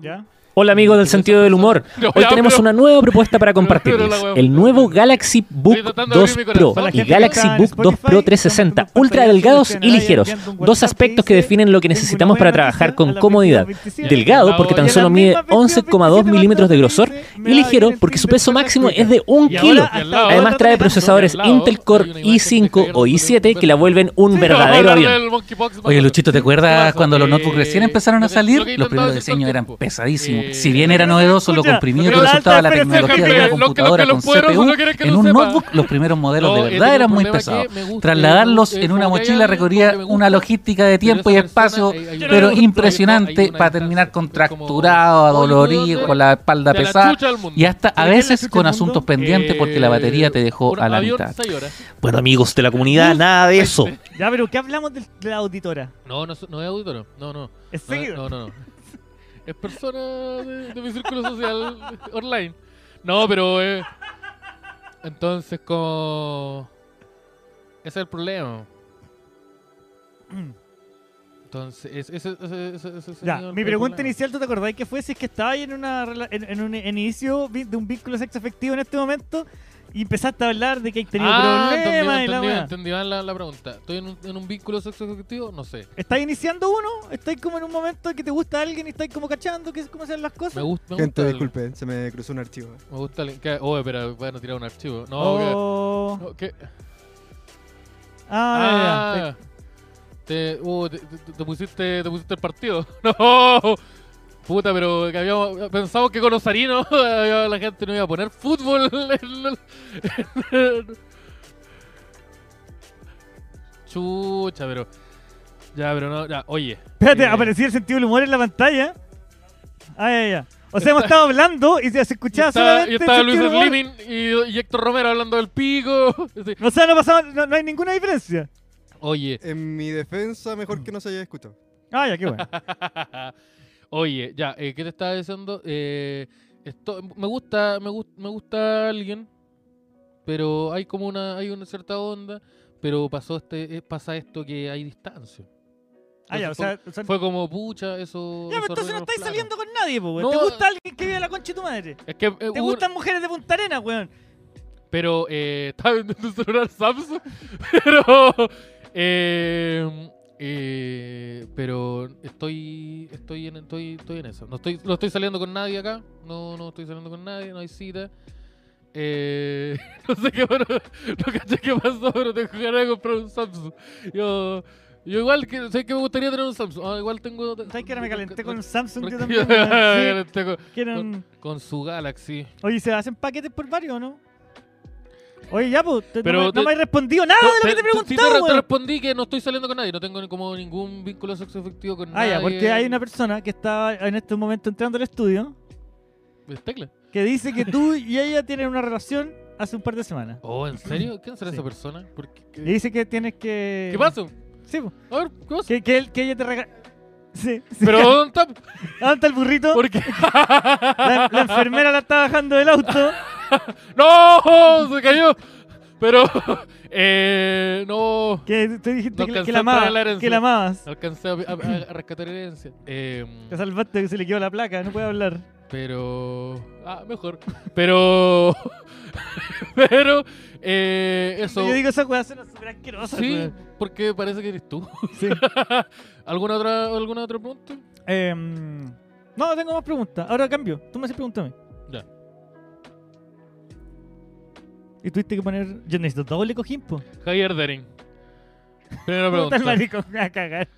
Speaker 2: ¿Ya?
Speaker 4: Hola amigos del sentido del humor. Hoy tenemos una nueva propuesta para compartirles. El nuevo Galaxy Book 2 Pro
Speaker 1: Para la
Speaker 4: y
Speaker 1: gente
Speaker 4: Galaxy
Speaker 2: que está en
Speaker 4: Book 2
Speaker 2: Spotify,
Speaker 4: Pro 360,
Speaker 2: estamos en
Speaker 4: ultra
Speaker 2: pantalla,
Speaker 4: delgados
Speaker 2: Cristian
Speaker 4: y
Speaker 2: Araya
Speaker 4: ligeros.
Speaker 2: enviando un
Speaker 4: Dos
Speaker 2: WhatsApp
Speaker 4: aspectos
Speaker 2: que
Speaker 4: que
Speaker 2: dice,
Speaker 4: definen lo que
Speaker 2: "Tengo una
Speaker 4: necesitamos
Speaker 2: nueva
Speaker 4: para trabajar
Speaker 2: noticia a
Speaker 4: con
Speaker 2: las
Speaker 4: comodidad.
Speaker 2: 21:27".
Speaker 4: Delgado porque tan
Speaker 1: Y a
Speaker 4: solo mide 11,2 milímetros de grosor y ligero porque su peso máximo es de un
Speaker 2: Y
Speaker 4: kilo.
Speaker 2: ahora-
Speaker 4: Además trae procesadores
Speaker 1: Al lado
Speaker 4: Intel
Speaker 1: hay
Speaker 4: Core
Speaker 1: una imagen
Speaker 4: i5
Speaker 1: de
Speaker 4: o i7 que la vuelven un
Speaker 1: Sí, vamos a
Speaker 4: verdadero
Speaker 1: hablar
Speaker 4: avión.
Speaker 1: del monkeypox más
Speaker 5: Oye,
Speaker 1: tarde.
Speaker 5: Luchito, ¿te
Speaker 1: ¿Qué
Speaker 5: acuerdas
Speaker 1: pasa?
Speaker 5: cuando los notebooks
Speaker 1: Eh,
Speaker 5: recién empezaron
Speaker 1: lo
Speaker 5: a
Speaker 1: que-
Speaker 5: salir?
Speaker 1: lo que
Speaker 5: Los primeros
Speaker 1: intentaba decir todo el
Speaker 5: diseños eran
Speaker 1: tiempo.
Speaker 5: pesadísimos.
Speaker 1: Eh,
Speaker 5: Si bien era novedoso, lo
Speaker 2: Escucha,
Speaker 5: comprimido
Speaker 1: pero
Speaker 5: que
Speaker 1: la alta
Speaker 5: resultaba la
Speaker 2: presión,
Speaker 5: tecnología de
Speaker 2: gente,
Speaker 1: <laughs> lo
Speaker 5: la
Speaker 1: que- lo que
Speaker 5: computadora
Speaker 1: los
Speaker 5: con
Speaker 1: poderosos
Speaker 5: CPU,
Speaker 1: no quieren que
Speaker 5: en
Speaker 1: lo
Speaker 5: un
Speaker 1: sepa.
Speaker 5: notebook los primeros modelos de
Speaker 1: No, he
Speaker 5: verdad
Speaker 1: tenido
Speaker 5: eran
Speaker 1: un
Speaker 5: muy
Speaker 1: problema
Speaker 5: pesados.
Speaker 1: que me gusta-
Speaker 5: Trasladarlos
Speaker 1: eh, me
Speaker 5: en una
Speaker 1: gusta-
Speaker 5: mochila
Speaker 1: como que
Speaker 5: requería
Speaker 1: me gusta,
Speaker 5: una logística de tiempo y
Speaker 1: esa persona,
Speaker 5: espacio,
Speaker 1: hay- hay una- hay
Speaker 5: pero
Speaker 1: una- hay
Speaker 5: impresionante
Speaker 1: una
Speaker 5: para
Speaker 1: distancia,
Speaker 5: terminar
Speaker 1: es como-
Speaker 5: contracturado,
Speaker 1: Oye,
Speaker 5: adolorido,
Speaker 1: ¿dónde?
Speaker 5: con la espalda
Speaker 1: de la
Speaker 5: pesada
Speaker 1: chucha al mundo.
Speaker 5: y hasta a
Speaker 2: ¿Pero qué es la
Speaker 5: veces
Speaker 2: chucha
Speaker 5: con
Speaker 2: del mundo?
Speaker 5: asuntos pendientes porque la
Speaker 1: Eh,
Speaker 5: batería te dejó
Speaker 1: un
Speaker 5: a la
Speaker 1: avión,
Speaker 5: mitad.
Speaker 1: seis horas.
Speaker 4: Bueno amigos de la comunidad, nada de eso.
Speaker 2: Ya, pero ¿qué hablamos del- de la auditora?
Speaker 1: No, no, so- no es auditorio. No, no.
Speaker 2: ¿Es
Speaker 1: No,
Speaker 2: serio?
Speaker 1: No, no, no. Es persona de, de mi círculo social <laughs> online. No, pero eh, entonces como ese es el problema. Entonces, ese, ese, ese- ese- ese- ese
Speaker 2: Ya,
Speaker 1: es el-
Speaker 2: mi
Speaker 1: el
Speaker 2: pregunta
Speaker 1: problema.
Speaker 2: inicial, ¿tú te acordás que fue si es que estabas en, una, rela- en, en un inicio vi- de un vínculo sexo efectivo en este momento y empezaste a hablar de que hay tenido
Speaker 1: Ah, entendí,
Speaker 2: problemas y la
Speaker 1: entendí,
Speaker 2: weá?
Speaker 1: entendí mal la, la pregunta. ¿Estoy en un, en un vínculo sexo efectivo? No sé.
Speaker 2: ¿Estás iniciando uno? ¿Estás como en un momento que te gusta alguien y estás como cachando que es cómo se hacen las
Speaker 1: Me
Speaker 2: cosas?
Speaker 1: gusta. me gusta
Speaker 6: Gente,
Speaker 1: el-
Speaker 6: disculpen, se me cruzó un archivo.
Speaker 1: Me gusta el. que- Oh, espera, van a tirar un archivo. No,
Speaker 2: Oh.
Speaker 1: que- no, que-
Speaker 2: Ah, ya, ya, ya.
Speaker 1: Ah, te, uh, te, te- te pusiste, te pusiste el partido. <laughs> No, puta, pero que habíamos pensado que con Osarino <laughs> la gente no iba a poner fútbol. <laughs> en el- Chucha, pero. Ya, pero no, ya, oye.
Speaker 2: Espérate,
Speaker 1: eh,
Speaker 2: aparecía el sentido del humor en la pantalla. Ah, ya, ya. O sea, hemos estado hablando y se
Speaker 1: Y
Speaker 2: se escuchaba
Speaker 1: estaba,
Speaker 2: solamente
Speaker 1: y estaba
Speaker 2: el
Speaker 1: Luis
Speaker 2: sentido del humor.
Speaker 1: Slimin y, y Héctor Romero hablando del pico. <laughs> Sí.
Speaker 2: O sea, no, pasaba, no, no hay ninguna diferencia.
Speaker 1: Oye,
Speaker 6: En mi defensa, mejor que no se haya escuchado.
Speaker 2: Ah, ya, qué bueno.
Speaker 1: Oye, ya, eh, ¿qué te estaba diciendo? Eh, esto, me gusta, me gusta, me gusta alguien, pero hay como una, hay una cierta onda, pero pasó este, eh, pasa esto que hay distancia.
Speaker 2: Ah, ya, o sea... o sea-
Speaker 1: <laughs> Fue como pucha, eso.
Speaker 2: Ya, pero
Speaker 1: eso
Speaker 2: entonces
Speaker 1: arruina
Speaker 2: no
Speaker 1: los
Speaker 2: estáis
Speaker 1: planos.
Speaker 2: saliendo con nadie, po, weón.
Speaker 1: No. eh.
Speaker 2: ¿Te gusta alguien que vive la concha de tu madre?
Speaker 1: Es que, eh,
Speaker 2: ¿Te
Speaker 1: hubo-
Speaker 2: gustan mujeres de Punta Arenas, weón?
Speaker 1: pero eh, <laughs> estaba vendiendo un celular Samsung, <laughs> pero, eh, eh, pero estoy, estoy en, estoy, estoy en eso. No estoy, no estoy saliendo con nadie acá, no, no estoy saliendo con nadie, no hay cita. Eh, <laughs> no sé qué, bueno, no caché qué pasó, pero tengo ganas de comprar un Samsung. Yo, yo igual que, sé que me gustaría tener un Samsung. Ah, igual tengo.
Speaker 2: ¿Sabes que ahora me calenté con
Speaker 1: <laughs>
Speaker 2: un
Speaker 1: un
Speaker 2: Samsung yo también?
Speaker 1: <laughs>
Speaker 2: weón?
Speaker 1: Samsung?
Speaker 2: Sí, que eran-
Speaker 1: Con su Galaxy.
Speaker 2: Oye, ¿se hacen paquetes por varios o no? Oye, ya, pues, te-
Speaker 1: Pero
Speaker 2: no, me-
Speaker 1: te-
Speaker 2: no me has respondido nada de Ah, lo que te he
Speaker 1: si te,
Speaker 2: preguntado,
Speaker 1: te
Speaker 2: weón.
Speaker 1: respondí que no estoy saliendo con nadie, no tengo ni- como ningún vínculo sexo efectivo con
Speaker 2: Ah,
Speaker 1: nadie.
Speaker 2: ya, porque hay una persona que está en este momento entrando al estudio
Speaker 1: ¿Es tecla?
Speaker 2: que dice
Speaker 1: <laughs>
Speaker 2: que tú y ella tienen una relación hace un par de semanas.
Speaker 1: Oh, ¿en serio? ¿Quién será
Speaker 2: Sí.
Speaker 1: esa persona? ¿Por qué?
Speaker 2: Y dice que tienes que...
Speaker 1: ¿Qué pasó?
Speaker 2: Sí, po,
Speaker 1: A ver, ¿qué pasó?
Speaker 2: que, que, él- que ella te regala... Sí, sí.
Speaker 1: Pero
Speaker 2: <laughs>
Speaker 1: ¿dónde está?
Speaker 2: ¿Dónde está el burrito?
Speaker 1: ¿Por qué? <laughs>
Speaker 2: La, la enfermera la está bajando del auto.
Speaker 1: ¡No! Se cayó. Pero. <laughs> Eh, no.
Speaker 2: Que tú dijiste
Speaker 1: No
Speaker 2: que, la- que
Speaker 1: alcanzó a entrar
Speaker 2: la amabas.
Speaker 1: a la herencia.
Speaker 2: Que la amabas.
Speaker 1: No alcancé a, a- a- a rescatar herencia. Eh,
Speaker 2: Te salvaste que se le quedó la placa, no puede hablar.
Speaker 1: pero. Ah, mejor. Pero. <laughs> pero. eh, eso.
Speaker 2: Yo digo, esas weas son súper asquerosas,
Speaker 1: Sí,
Speaker 2: weón.
Speaker 1: porque parece que eres tú.
Speaker 2: Pues, Sí.
Speaker 1: <laughs> ¿Alguna otra, alguna otra pregunta?
Speaker 2: Em, no, tengo más preguntas. Ahora cambio. Tú me haces pregúntame.
Speaker 1: Ya.
Speaker 2: Y tuviste que poner. Yo necesito doble cojín, po.
Speaker 1: Javier Dering. Primera
Speaker 2: Puta, el
Speaker 1: pregunta.
Speaker 2: marico, me va a cagar.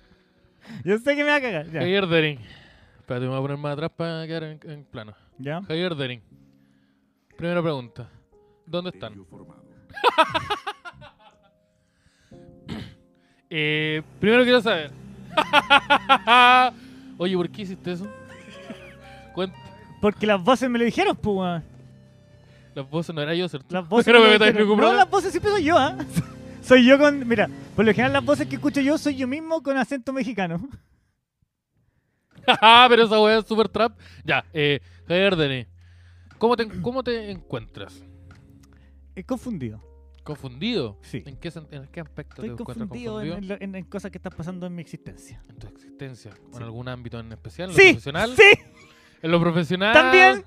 Speaker 2: Yo sé que me va a cagar. Ya.
Speaker 1: Javier Dering. Espérate, me voy a poner más atrás para quedar en, en plano.
Speaker 2: ¿Ya?
Speaker 1: Javier Dering. Primera pregunta. ¿Dónde están? <laughs> Eh, primero quiero saber. <laughs> Oye, ¿por qué hiciste eso? <laughs> Cuenta.
Speaker 2: Porque las voces me lo dijeron, po, weón.
Speaker 1: Las voces no era yo, ¿cierto?
Speaker 2: <laughs> Las voces.
Speaker 1: Pero
Speaker 2: me lo
Speaker 1: me metáis
Speaker 2: dijeron.
Speaker 1: en ningún
Speaker 2: No,
Speaker 1: problema.
Speaker 2: las voces siempre soy yo, ¿ah? <laughs> Soy yo con. Mira, por lo general las voces que escucho yo soy yo mismo con acento mexicano. <laughs>
Speaker 1: Ah, Pero esa weá es super trap. Ya, eh, Javier Dering. ¿Cómo te, ¿Cómo te encuentras?
Speaker 2: Es confundido.
Speaker 1: ¿Confundido?
Speaker 2: Sí.
Speaker 1: ¿En qué, sen- en qué aspecto
Speaker 2: Estoy
Speaker 1: te encuentras
Speaker 2: confundido, en-
Speaker 1: confundido?
Speaker 2: En, lo- en- en cosas que están pasando en mi existencia.
Speaker 1: en tu existencia, en algún ámbito en especial, en
Speaker 2: sí,
Speaker 1: lo profesional.
Speaker 2: sí,
Speaker 1: En lo profesional.
Speaker 2: también,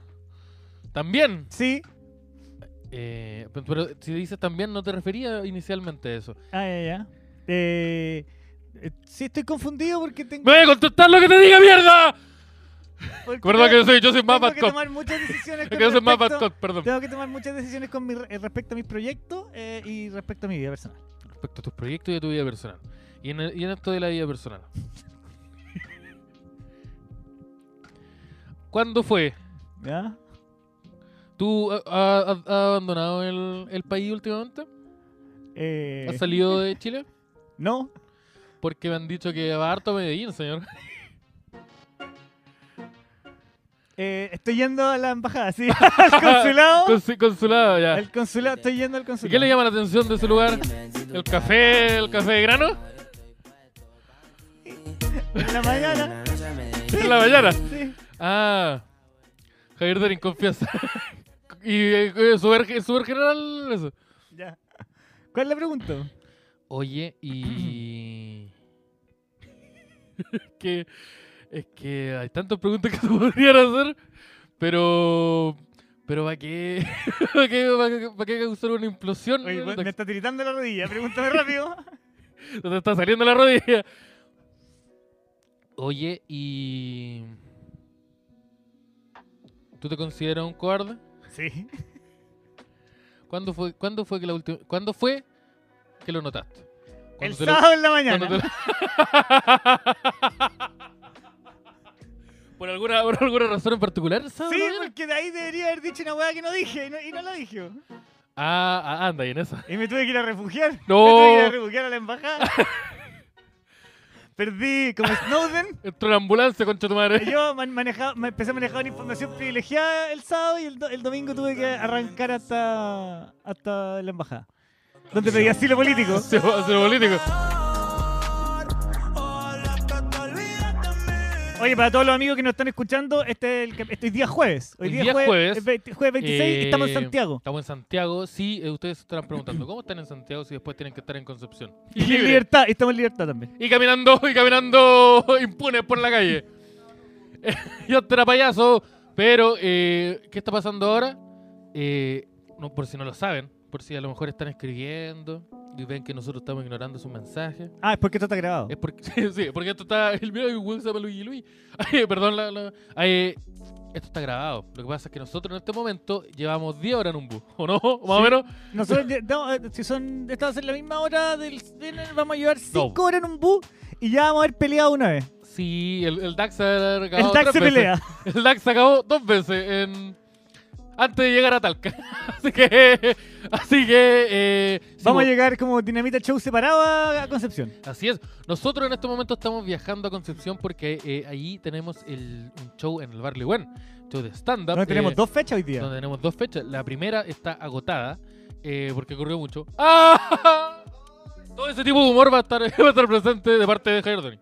Speaker 1: También.
Speaker 2: sí.
Speaker 1: Eh, pe- pero si dices también, no te refería inicialmente a eso.
Speaker 2: Ah, ya, ya. Eh, eh, sí, estoy confundido porque tengo.
Speaker 1: ¡Me voy a contestar lo que te diga, mierda!
Speaker 2: porque
Speaker 1: Recuerda que yo soy, yo soy más
Speaker 2: <laughs> tengo
Speaker 1: bad
Speaker 2: que
Speaker 1: cop.
Speaker 2: tomar muchas
Speaker 1: <laughs>
Speaker 2: decisiones.
Speaker 1: Que
Speaker 2: con
Speaker 1: yo soy más bad
Speaker 2: respecto-
Speaker 1: cop, perdón.
Speaker 2: Tengo que tomar muchas decisiones con mi, eh, respecto a mis proyectos eh, y respecto a mi vida personal.
Speaker 1: Respecto a tus proyectos y a tu vida personal. Y en, el- y en esto de la vida personal. <laughs> ¿Cuándo fue?
Speaker 2: ¿Ya?
Speaker 1: ¿Tú ah, ah, has abandonado el, el país últimamente?
Speaker 2: Eh,
Speaker 1: ¿Has salido de Chile?
Speaker 2: no,
Speaker 1: Porque me han dicho que va harto a Medellín, señor.
Speaker 2: eh, estoy yendo a la embajada, sí, <laughs> al
Speaker 1: <laughs>
Speaker 2: consulado.
Speaker 1: Consu- Consulado, ya.
Speaker 2: Al consulado, estoy yendo al
Speaker 1: ¿Y
Speaker 2: consulado.
Speaker 1: qué le llama la atención de ese lugar? ¿El café, el café de grano?
Speaker 2: En la mañana.
Speaker 1: <laughs> ¿En la mañana?
Speaker 2: Sí.
Speaker 1: Ah, Javier Darín, confianza. <laughs> y eh, super, general eso.
Speaker 2: Ya. ¿Cuál le pregunto?
Speaker 1: Oye, y... es <laughs> que... Es que hay tantas preguntas que <laughs> se podrían hacer, pero... Pero ¿para qué? <laughs> ¿Para qué, pa' qué- pa' qué causar una implosión?
Speaker 2: Oye, pues,
Speaker 1: Te-
Speaker 2: me está tiritando la rodilla, pregúntame
Speaker 1: <laughs>
Speaker 2: rápido.
Speaker 1: Se te está saliendo la rodilla. Oye, y. ¿Tú te consideras un cobarde?
Speaker 2: Sí.
Speaker 1: ¿Cuándo fue, cuándo fue que la última. ¿Cuándo fue que lo notaste? Cuando
Speaker 2: El
Speaker 1: te lo-
Speaker 2: sábado en la mañana.
Speaker 1: cuando te lo- <laughs> por, alguna, por alguna razón en particular, el sábado
Speaker 2: Sí, pues.
Speaker 1: en la mañana?
Speaker 2: porque de ahí debería haber dicho una weá que no dije y no, y no la dije.
Speaker 1: Ah, ah, anda, y en esa.
Speaker 2: Y me tuve que ir a refugiar. Me
Speaker 1: No.
Speaker 2: tuve que ir a refugiar a
Speaker 1: <laughs>
Speaker 2: la embajada. Perdí como Snowden.
Speaker 1: Entró la ambulancia, concha tu madre.
Speaker 2: Yo man- maneja- ma- empecé a manejar una información privilegiada el sábado y el, do- el domingo tuve que arrancar hasta, hasta la embajada. Donde pedí asilo político.
Speaker 1: <laughs> Se va a hacer político.
Speaker 2: Oye, para todos los amigos que nos están escuchando, este es el, cap- este es día jueves. Hoy
Speaker 1: Hoy
Speaker 2: día,
Speaker 1: día jueves.
Speaker 2: es veinte- jueves 26 y estamos en
Speaker 1: Eh,
Speaker 2: Santiago.
Speaker 1: Estamos en Santiago. Sí, eh, ustedes se estarán preguntando, ¿cómo están en Santiago si después tienen que estar en Concepción?
Speaker 2: Y en libertad, estamos en libertad también.
Speaker 1: Y caminando, y caminando <laughs> impunes por la calle. <laughs> Eh, Yo era payaso, pero eh, ¿qué está pasando ahora? Eh, no, por si no lo saben, por si a lo mejor están escribiendo y ven que nosotros estamos ignorando sus mensajes.
Speaker 2: Ah, es porque esto está grabado.
Speaker 1: Es porque, <laughs> sí, porque esto está. El video de Google se llama Luigi Luis. <laughs> Perdón, la, la- ay, eh, esto está grabado. Lo que pasa es que nosotros en este momento llevamos 10 horas en un bus, ¿o no? Más o
Speaker 2: Sí.
Speaker 1: menos.
Speaker 2: Nosotros, ya- no, eh, si son, estamos en la misma hora del dinner, vamos a llevar
Speaker 1: No.
Speaker 2: 5 horas en un bus y ya vamos a haber peleado una vez.
Speaker 1: Sí, el, el DAX se ha acabado
Speaker 2: El taxi
Speaker 1: tres
Speaker 2: se
Speaker 1: veces.
Speaker 2: pelea.
Speaker 1: El DAX se acabó dos veces en- antes de llegar a Talca. <laughs> Así que. Así que. eh, sí,
Speaker 2: Vamos a
Speaker 1: po-
Speaker 2: llegar como Dinamita Show separado a a Concepción.
Speaker 1: Así es. Nosotros en este momento estamos viajando a Concepción porque eh, ahí tenemos el, un show en el Barley One. Show de stand-up.
Speaker 2: Donde tenemos
Speaker 1: eh,
Speaker 2: dos fechas hoy día.
Speaker 1: donde tenemos dos fechas. La primera está agotada eh, porque corrió mucho. <laughs> ¡Ah! Todo ese tipo de humor va a estar, va a estar presente de parte de Javier Doni.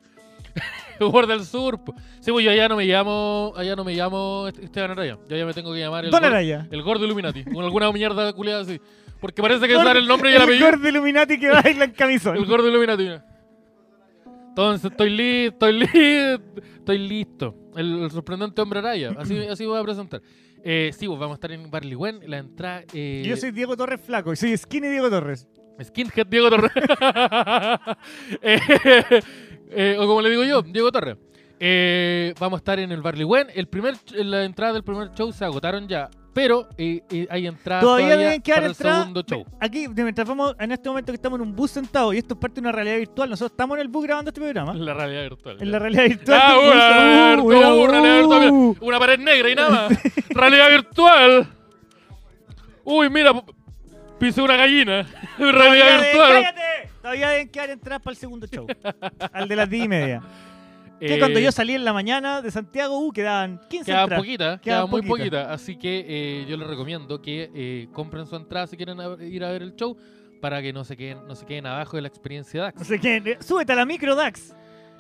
Speaker 1: <laughs> humor del sur. po. Sí, pues yo allá no me llamo, allá no me llamo Est- Esteban Araya. Yo ya me tengo que llamar el,
Speaker 2: Don
Speaker 1: gor-
Speaker 2: Araya.
Speaker 1: el gordo Illuminati. Con alguna mierda culiada así. Porque parece que es
Speaker 2: Gordo-
Speaker 1: dar el nombre y el
Speaker 2: El
Speaker 1: apellido.
Speaker 2: gordo Illuminati que baila en camisón.
Speaker 1: El gordo Illuminati. mira. Entonces, estoy listo, estoy listo, estoy listo. El, el sorprendente hombre Araya.
Speaker 2: <clears throat>
Speaker 1: Así, así voy a presentar. Eh, sí, pues vamos a estar en Barligüen. La entrada. Eh,
Speaker 2: Yo soy Diego Torres Flaco y soy skinny Diego Torres.
Speaker 1: Skinhead Diego Torres. <laughs> Eh, eh, o como le digo yo, Diego Torres. Eh, vamos a estar en el Barligüen. El primer, la entrada del primer show se agotaron ya. Pero eh, eh, hay entradas
Speaker 2: Todavía
Speaker 1: todavía,
Speaker 2: deben quedar
Speaker 1: para
Speaker 2: entradas.
Speaker 1: el segundo show.
Speaker 2: Aquí, mientras vamos, en este momento que estamos en un bus sentado y esto es parte de una realidad virtual, nosotros estamos en el bus grabando este programa.
Speaker 1: En la realidad virtual.
Speaker 2: En la realidad virtual.
Speaker 1: Ah,
Speaker 2: del bus.
Speaker 1: una,
Speaker 2: Uh,
Speaker 1: realidad virtual, una realidad
Speaker 2: uh,
Speaker 1: virtual,
Speaker 2: uh.
Speaker 1: mira, una pared negra y nada
Speaker 2: <laughs>
Speaker 1: más. realidad virtual. Uy, mira, pisé una gallina. <laughs> realidad
Speaker 2: Todavía deben-
Speaker 1: virtual.
Speaker 2: ¡Cállate! Todavía deben quedar entradas para el segundo
Speaker 1: <laughs>
Speaker 2: show. al de las 10 y media. Que
Speaker 1: Eh,
Speaker 2: cuando yo salí en la mañana de Santiago, uh, quedaban 15
Speaker 1: Queda
Speaker 2: entradas.
Speaker 1: poquita, queda
Speaker 2: Quedaban
Speaker 1: muy
Speaker 2: poquitas.
Speaker 1: poquita. Así que eh, yo les recomiendo que eh, compren su entrada si quieren a- ir a ver el show para que no se queden, no se queden abajo de la experiencia DAX.
Speaker 2: No sé qué. Súbete a la micro DAX.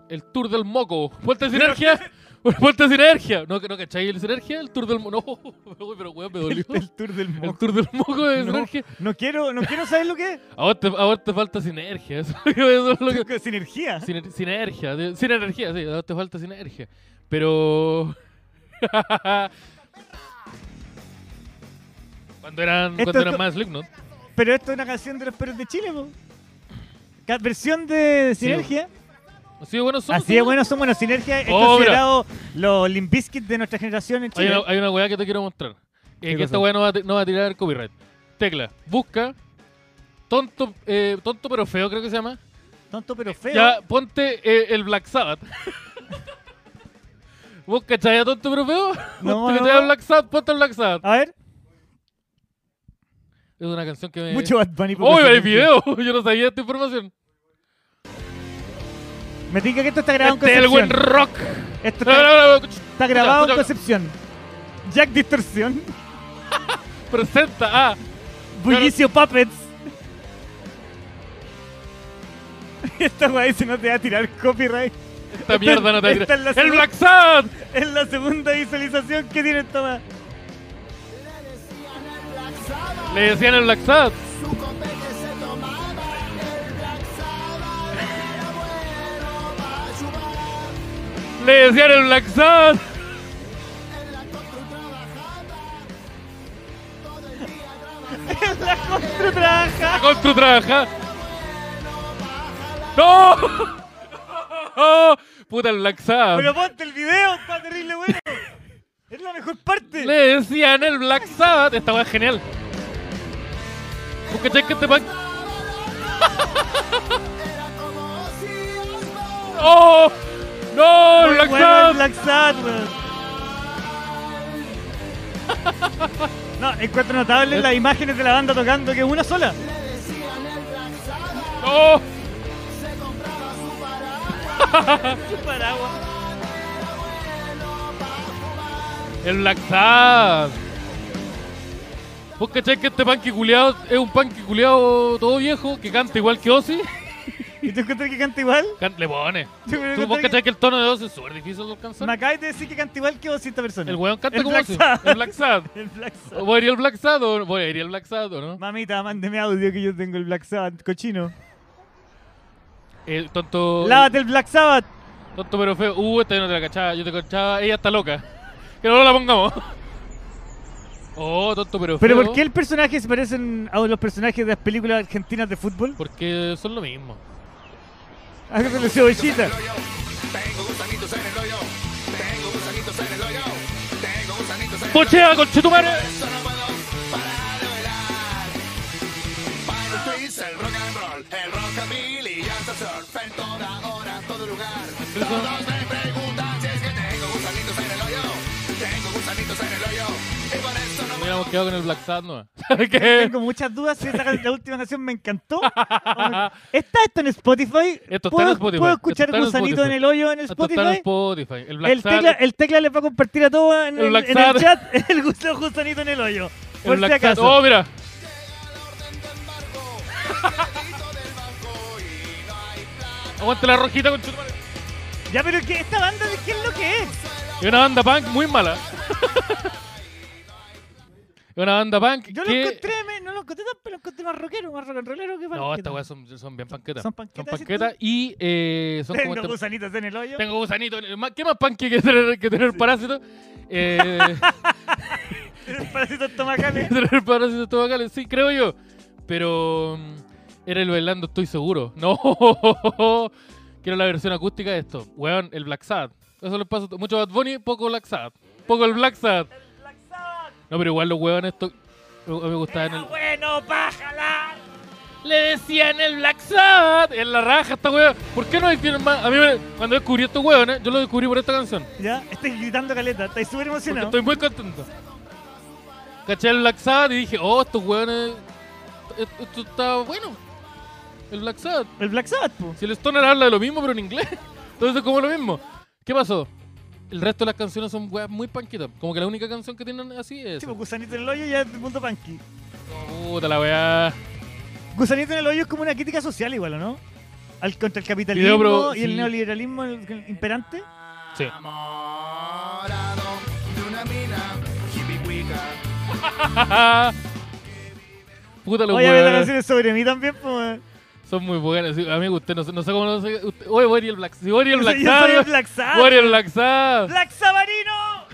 Speaker 1: El Tour del Moco. Puente Sinergia. <laughs> Puente Sinergia. No, no cachai el Sinergia, el Tour del Moco. No, <laughs> uy, pero weón, me dolió.
Speaker 2: El tour del
Speaker 1: El
Speaker 2: mundo.
Speaker 1: Tour del Moco de
Speaker 2: No.
Speaker 1: Sinergia.
Speaker 2: No quiero, no quiero saber
Speaker 1: <laughs>
Speaker 2: lo que es.
Speaker 1: A vos te, a vos te falta sinergia. <laughs> Eso, eso es lo que-
Speaker 2: Sinergia.
Speaker 1: siner- sinergia. de- Sinergia, sí. A vos te falta sinergia. Pero... <laughs> cuando eran,
Speaker 2: Esto
Speaker 1: cuando
Speaker 2: es
Speaker 1: eran
Speaker 2: co-
Speaker 1: más Slipknot.
Speaker 2: Pero esto es una canción de los perros de Chile, po. Ca- Versión de
Speaker 1: Sí,
Speaker 2: Sinergia.
Speaker 1: Así de buenos somos.
Speaker 2: Así de bueno, somos bueno. Sinergia es
Speaker 1: Oh, mira.
Speaker 2: considerado los Limbiskit de nuestra generación en
Speaker 1: Hay
Speaker 2: Chile.
Speaker 1: una, hay una weá que te quiero mostrar. Eh,
Speaker 2: ¿Qué
Speaker 1: que esta
Speaker 2: cosa?
Speaker 1: weá no va, a ti- no va a tirar copyright. Tecla, busca. Tonto, eh, tonto pero feo creo que se llama.
Speaker 2: Tonto pero feo.
Speaker 1: Ya, ponte eh, el Black Sabbath. Busca, chaya, tonto pero feo.
Speaker 2: No,
Speaker 1: Ponte
Speaker 2: no,
Speaker 1: chaya,
Speaker 2: no.
Speaker 1: Black Sabbath, ponte el Black Sabbath.
Speaker 2: A ver,
Speaker 1: Es una canción que me...
Speaker 2: mucho Bad Bunny. poco
Speaker 1: ¡Oh, el
Speaker 2: Sinergia.
Speaker 1: video! <laughs> Yo no sabía esta información.
Speaker 2: Me diga que esto está grabado
Speaker 1: Este es
Speaker 2: en
Speaker 1: el buen
Speaker 2: Concepción.
Speaker 1: rock.
Speaker 2: Esto está, está
Speaker 1: Está
Speaker 2: grabado en Concepción. Jack Distorsión.
Speaker 1: Presenta Ah, a...
Speaker 2: Bullicio Puppets. <laughs> Esta weá dice no te va a tirar copyright.
Speaker 1: Esta mierda no te
Speaker 2: Esta es la
Speaker 1: ¡El
Speaker 2: segunda-
Speaker 1: Black Sabbath!
Speaker 2: Es la segunda visualización que tiene esta weá.
Speaker 1: Le decían el Black Sabbath. Le decían el Black Sabbath.
Speaker 2: La contra trabaja.
Speaker 1: Con tu trabaja. ¡No! <laughs> ¡Oh! Puta el Black Sabbath.
Speaker 2: Pero ponte el video, está terrible bueno. Es la mejor parte.
Speaker 1: Le decían el Black Sabbath. Esta weá es genial. Porque cheque este pan- <laughs> ¡Oh! ¡No! ¡El Black
Speaker 2: Bueno,
Speaker 1: Sabbath!
Speaker 2: Black Sabbath, weón. No, encuentro notables las imágenes de la banda tocando que es una sola.
Speaker 1: ¡No!
Speaker 2: Paraguas.
Speaker 1: El Black Sabbath. ¿Vos cachai que este panque culiado es un panque culiado todo viejo que canta igual que Ozzy?
Speaker 2: ¿Y tú encuentras que canta igual?
Speaker 1: Can- le pone.
Speaker 2: Yo creo que
Speaker 1: ¿Tú vos
Speaker 2: canta
Speaker 1: cachai que el tono de Ozzy es súper difícil de alcanzar?
Speaker 2: Me acabas de decir que canta igual que vos esta persona.
Speaker 1: el weón canta
Speaker 2: el
Speaker 1: como
Speaker 2: Black
Speaker 1: Ozzy.
Speaker 2: Sabbath.
Speaker 1: El Black Sabbath.
Speaker 2: El Black Sabbath.
Speaker 1: ¿Voy a ir al Black Sabbath o no? Voy a ir al Black Sabbath o no?
Speaker 2: Mamita, mándeme audio que yo tengo el Black Sabbath, cochino.
Speaker 1: El tonto,
Speaker 2: Lávate el Black Sabbath.
Speaker 1: tonto pero feo. Uh, esta yo no te la cachaba. Yo te cachaba. Ella está loca. Que no la pongamos. <laughs> Oh, tonto pero feo.
Speaker 2: Pero ¿por qué el personaje se parecen a los personajes de las películas argentinas de fútbol?
Speaker 1: Porque son lo mismo.
Speaker 2: Hágase la cebollita.
Speaker 1: ¡Pochea, conchetumare! Hubiéramos quedado con el Black Sabbath, ¿no? ¿Qué?
Speaker 2: <laughs> Tengo muchas dudas si esta, la última canción me encantó. ¿Está esto en Spotify?
Speaker 1: Esto está en
Speaker 2: ¿Puedo,
Speaker 1: Spotify,
Speaker 2: ¿Puedo escuchar
Speaker 1: esto está en
Speaker 2: Gusanito en,
Speaker 1: Spotify.
Speaker 2: el hoyo en
Speaker 1: Esto está en
Speaker 2: Spotify?
Speaker 1: Spotify. El Black
Speaker 2: El tecla,
Speaker 1: Sabbath.
Speaker 2: el tecla les va a compartir a todos en
Speaker 1: El
Speaker 2: el,
Speaker 1: Black
Speaker 2: en el
Speaker 1: Sabbath.
Speaker 2: chat <laughs> el Gustavo Gusanito en el hoyo. Por
Speaker 1: el
Speaker 2: si
Speaker 1: Black Sabbath.
Speaker 2: acaso.
Speaker 1: ¡Oh, mira! <laughs> Aguante la rojita, conchetumare.
Speaker 2: Ya, pero que esta banda, ¿de ¿qué es lo que es?
Speaker 1: Es una banda punk muy mala. Es una banda punk
Speaker 2: Yo
Speaker 1: que...
Speaker 2: lo encontré, me- no lo encontré tan, pero lo encontré más rockero, más rock and rollero que
Speaker 1: No, estas
Speaker 2: <laughs>
Speaker 1: weas son, son bien panquetas.
Speaker 2: Son
Speaker 1: Son
Speaker 2: panquetas,
Speaker 1: panquetas.
Speaker 2: ¿sí tú?
Speaker 1: y eh, son como
Speaker 2: <laughs> Tengo
Speaker 1: este-
Speaker 2: gusanitos en el hoyo.
Speaker 1: Tengo gusanito. en el- ma- ¿Qué más panque que tener, que tener parásito? Eh,
Speaker 2: <laughs>
Speaker 1: <laughs>
Speaker 2: Parásitos estomacales.
Speaker 1: tener parásito estomacales, sí, creo yo. Pero mm, era el bailando, estoy seguro. <laughs> No, quiero la versión acústica de esto. Weón, el Black Sabbath. Eso le pasa a to- mucho Bad Bunny, poco Black Sabbath. Poco el Black Sabbath. No, pero igual los weones to- a mí me gustaban
Speaker 2: Ah,
Speaker 1: el...
Speaker 2: bueno, bájala.
Speaker 1: Le decían el Black Sabbath en la raja esta weón. ¿Por qué no tienen más? A mí me- cuando descubrí estos weones, yo lo descubrí por esta canción.
Speaker 2: Ya, estoy gritando caleta, estoy súper
Speaker 1: Porque
Speaker 2: emocionado.
Speaker 1: estoy muy contento. Caché el Black Sabbath y dije, oh, estos weones. est- Esto está bueno. El Black Sabbath.
Speaker 2: El Black Sabbath, po.
Speaker 1: Si el Stoner habla de lo mismo, pero en inglés. <laughs> Entonces, como lo mismo. ¿Qué pasó? El resto de las canciones son weas muy panquitas. Como que la única canción que tienen así es.
Speaker 2: Sí, pues, gusanito en el hoyo ya es del mundo punky.
Speaker 1: Puta la wea.
Speaker 2: Gusanito en el hoyo es como una crítica social igual, ¿o no? Al, contra el capitalismo
Speaker 1: Video, bro,
Speaker 2: y el
Speaker 1: sí.
Speaker 2: neoliberalismo el- el imperante.
Speaker 1: Sí. Puta los
Speaker 2: Oye, a ver, la
Speaker 1: weones.
Speaker 2: canción es sobre mí también, pues.
Speaker 1: Son muy buenas. Sí, a mí me gustan. No, sé- no sé cómo no sé. Usted, oye, voy a ir el Black Sabbath. Voy a ir el
Speaker 2: Yo
Speaker 1: Black
Speaker 2: soy- yo soy el
Speaker 1: Sabbath.
Speaker 2: Black
Speaker 1: Voy a ir
Speaker 2: Sabbath.
Speaker 1: el Black Sabbath.
Speaker 2: ¡Black Sabarino!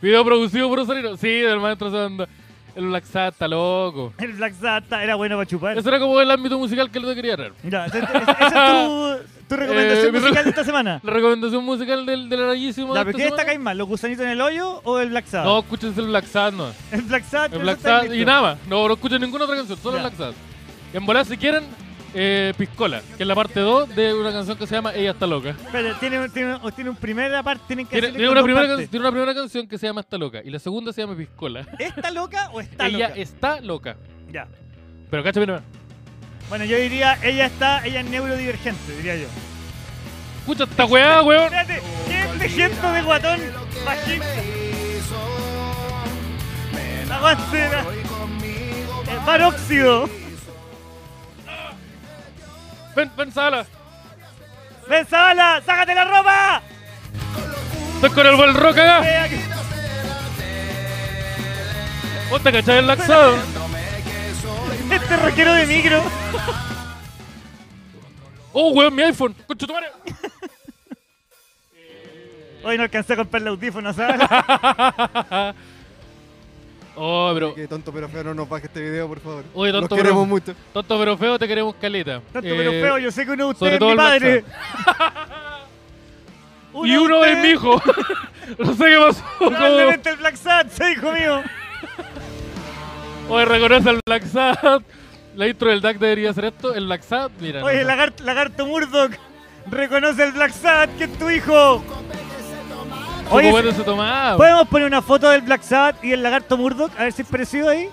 Speaker 1: Video producido por Osarino. Sí, del maestro Sanda. El Black Sabbath está loco.
Speaker 2: El Black Sabbath era bueno para chupar.
Speaker 1: Ese era como el ámbito musical que le quería traer.
Speaker 2: Ya, esa esa
Speaker 1: <laughs>
Speaker 2: es tu, tu recomendación
Speaker 1: Eh, mi
Speaker 2: musical
Speaker 1: reco-
Speaker 2: de esta semana.
Speaker 1: La recomendación musical del, del arañísimo.
Speaker 2: Ya,
Speaker 1: de esta
Speaker 2: pero ¿qué
Speaker 1: semana.
Speaker 2: destacáis más? ¿Los gusanitos en el hoyo o el Black Sabbath?
Speaker 1: No, escúchense el Black Sabbath. No.
Speaker 2: El Black Sabbath.
Speaker 1: El
Speaker 2: pero
Speaker 1: Black
Speaker 2: eso está
Speaker 1: Sabbath y
Speaker 2: listo.
Speaker 1: nada más. No, no escuchen ninguna otra canción, solo
Speaker 2: Ya.
Speaker 1: el Black Sabbath. Y en volar, si quieren, eh, Piscola, que es la parte 2 de una canción que se llama Ella está loca.
Speaker 2: Pero tiene, tiene, o tiene un primera parte, tienen que
Speaker 1: Tiene,
Speaker 2: hacerle
Speaker 1: tiene
Speaker 2: con
Speaker 1: una
Speaker 2: dos
Speaker 1: primera,
Speaker 2: partes.
Speaker 1: can- tiene una primera canción que se llama Está loca y la segunda se llama Piscola.
Speaker 2: ¿Está loca o está
Speaker 1: ella
Speaker 2: loca?
Speaker 1: está loca.
Speaker 2: Ya.
Speaker 1: Pero cacha, mira, mira.
Speaker 2: Bueno, yo diría, ella está, ella es neurodivergente, diría yo.
Speaker 1: escucha esta weá, weón.
Speaker 2: Espérate, ¿qué es este gesto de guatón? Bajista. Avance, el paróxido.
Speaker 1: Ven, ven, sala.
Speaker 2: ¡Ven, Zabala, sácate la ropa! Eh,
Speaker 1: Estoy con el buen rock acá.
Speaker 2: Vea que-
Speaker 1: Vos te cachás el laxado.
Speaker 2: Este rockero de micro.
Speaker 1: Oh, weón, mi iPhone. Concha tu madre.
Speaker 2: Hoy no alcancé a comprar el
Speaker 1: <laughs>
Speaker 2: audífono, ¿sabes?
Speaker 1: Oh, pero.
Speaker 6: Que tonto pero feo no nos baje este video, por favor.
Speaker 1: Oye, tonto,
Speaker 6: Nos queremos
Speaker 1: pero-
Speaker 6: mucho.
Speaker 1: Tonto pero feo, te queremos caleta.
Speaker 2: Tanto
Speaker 1: Eh,
Speaker 2: pero feo, yo sé que uno de ustedes
Speaker 1: sobre
Speaker 2: es
Speaker 1: todo
Speaker 2: mi
Speaker 1: el
Speaker 2: padre.
Speaker 1: Y
Speaker 2: de
Speaker 1: uno es
Speaker 2: ustedes,
Speaker 1: mi hijo. <laughs> no sé qué pasó.
Speaker 2: <laughs>
Speaker 1: ¿Cómo?
Speaker 2: Probablemente el Black Sabbath, sí, hijo mío.
Speaker 1: Oye, reconoce al Black Sabbath. La intro del DAC debería ser esto. El Black Sabbath, mira.
Speaker 2: Oye,
Speaker 1: no.
Speaker 2: lagarto, lagarto Murdoch, reconoce el Black Sabbath que es tu hijo.
Speaker 1: Su
Speaker 2: Oye, Pues-
Speaker 1: copete se ah, tomaba.
Speaker 2: ¿podemos poner una foto del Black Sabbath y el lagarto Murdoch? A ver si es parecido ahí.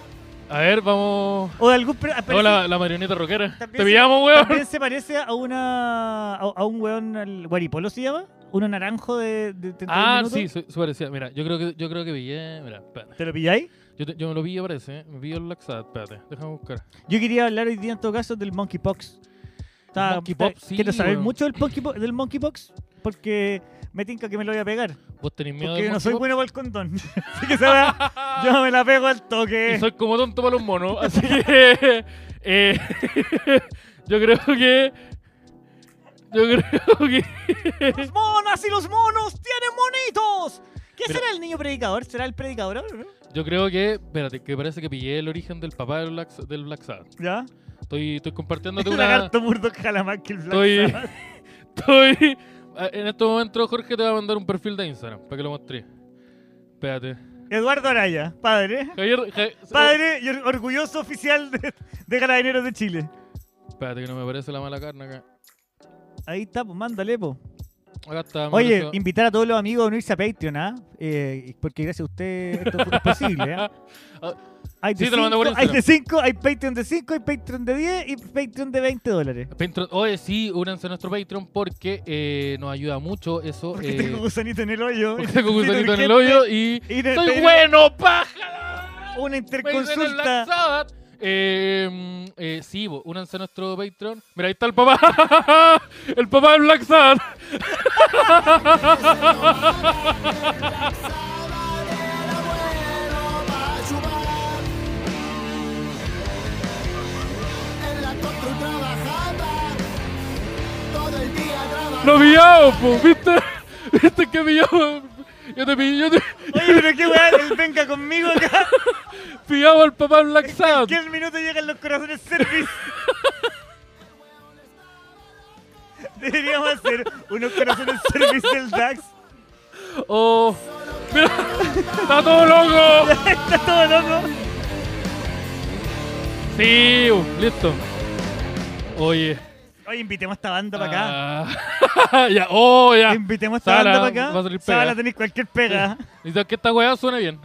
Speaker 1: A ver, vamos.
Speaker 2: O de algún. pre- ah, parece-
Speaker 1: No, la, la marioneta rockera. Te
Speaker 2: también se-
Speaker 1: pillamos, weón.
Speaker 2: También se parece a una. A, a un weón, al guaripolo se llama. Uno naranjo de. de
Speaker 1: <laughs>
Speaker 2: 31
Speaker 1: Ah,
Speaker 2: minutos.
Speaker 1: sí, su, su parecía. Mira, yo creo que, yo creo que pillé. Mira, espérate.
Speaker 2: ¿Te lo pilláis?
Speaker 1: Yo, te- yo me lo pillé, parece. ¿eh? Me pillo el Black Sabbath. Espérate, déjame buscar.
Speaker 2: Yo quería hablar hoy día en todo caso del monkeypox. Está-
Speaker 1: Monkeypox,
Speaker 2: está-
Speaker 1: sí,
Speaker 2: Quiero saber
Speaker 1: weón.
Speaker 2: mucho del, monkeypo- del monkeypox porque me tinca que me lo voy a pegar.
Speaker 1: Vos tenés miedo
Speaker 2: Porque
Speaker 1: de
Speaker 2: yo no soy
Speaker 1: monkeypox?
Speaker 2: bueno para el condón. <laughs> Así que ¿sabes? yo me la pego al toque.
Speaker 1: Y soy como tonto para los monos. Así que. <laughs> eh, yo creo que. Yo creo que.
Speaker 2: ¡Las monas y los monos tienen monitos! ¿Qué
Speaker 1: Mira.
Speaker 2: será el niño predicador? ¿Será el predicador ahora, no?
Speaker 1: Yo creo que. Espérate, que parece que pillé el origen del papá del Black, del Black Sabbath.
Speaker 2: ¿Ya?
Speaker 1: Estoy, estoy compartiéndote
Speaker 2: el
Speaker 1: una.
Speaker 2: lagarto murdo jala más que el Black
Speaker 1: Estoy-
Speaker 2: Sabbath.
Speaker 1: <laughs> Estoy. En este momento, Jorge te va a mandar un perfil de Instagram para que lo mostré. Espérate.
Speaker 2: Eduardo Araya, padre.
Speaker 1: Javier. Ja-
Speaker 2: Padre y or- orgulloso oficial de, de Carabineros de Chile.
Speaker 1: oh, espérate, que no me aparece la mala carne acá.
Speaker 2: Ahí está, pues mándale, po.
Speaker 1: Acá está. me
Speaker 2: Oye,
Speaker 1: apareció.
Speaker 2: invitar a todos los amigos a unirse a Patreon, ¿ah? Eh, porque gracias a usted esto es posible, ¿ah?
Speaker 1: <laughs> Ah,
Speaker 2: Hay de
Speaker 1: sí, te lo mandé por
Speaker 2: 5, hay
Speaker 1: Instagram.
Speaker 2: de 5, hay Patreon de 5, hay Patreon de 10 y Patreon de 20 dólares.
Speaker 1: Patreon- Oye, sí, únanse a nuestro Patreon porque eh, nos ayuda mucho eso.
Speaker 2: Porque
Speaker 1: eh,
Speaker 2: tengo gusanito en el <laughs> hoyo.
Speaker 1: Porque tengo
Speaker 2: Necesito
Speaker 1: gusanito en el
Speaker 2: urgente
Speaker 1: hoyo y.
Speaker 2: y de-
Speaker 1: ¡Soy
Speaker 2: pero-
Speaker 1: bueno, paja!
Speaker 2: Una <laughs>
Speaker 1: Me dicen el Black
Speaker 2: interconsulta.
Speaker 1: Sabbath. Eh, eh, sí, bo, únanse a nuestro Patreon. Mira, ahí está el papá. <laughs> el papá del Black Sabbath. Lo pillamos, po, ¿viste? <laughs> ¿Viste que pillamos? Yo te pillé, yo te <laughs>
Speaker 2: Oye, pero qué weá, el venga conmigo acá.
Speaker 1: pillamos al papá del Black
Speaker 2: En
Speaker 1: Sabbath.
Speaker 2: cualquier minuto llegan los
Speaker 1: <laughs>
Speaker 2: corazones service. Deberíamos hacer unos corazones service del DAX. <laughs>
Speaker 1: Oh, mira, <laughs> está todo loco.
Speaker 2: Está todo loco.
Speaker 1: Sí, bo, listo. Oye.
Speaker 2: Oye, invitemos a esta banda para acá.
Speaker 1: Ah, <laughs> ya, oh, ya.
Speaker 2: Invitemos a esta
Speaker 1: Sala,
Speaker 2: banda para
Speaker 1: va a salir
Speaker 2: acá.
Speaker 1: pega.
Speaker 2: Sala, tenéis cualquier pega.
Speaker 1: Necesito que esta weá suene bien.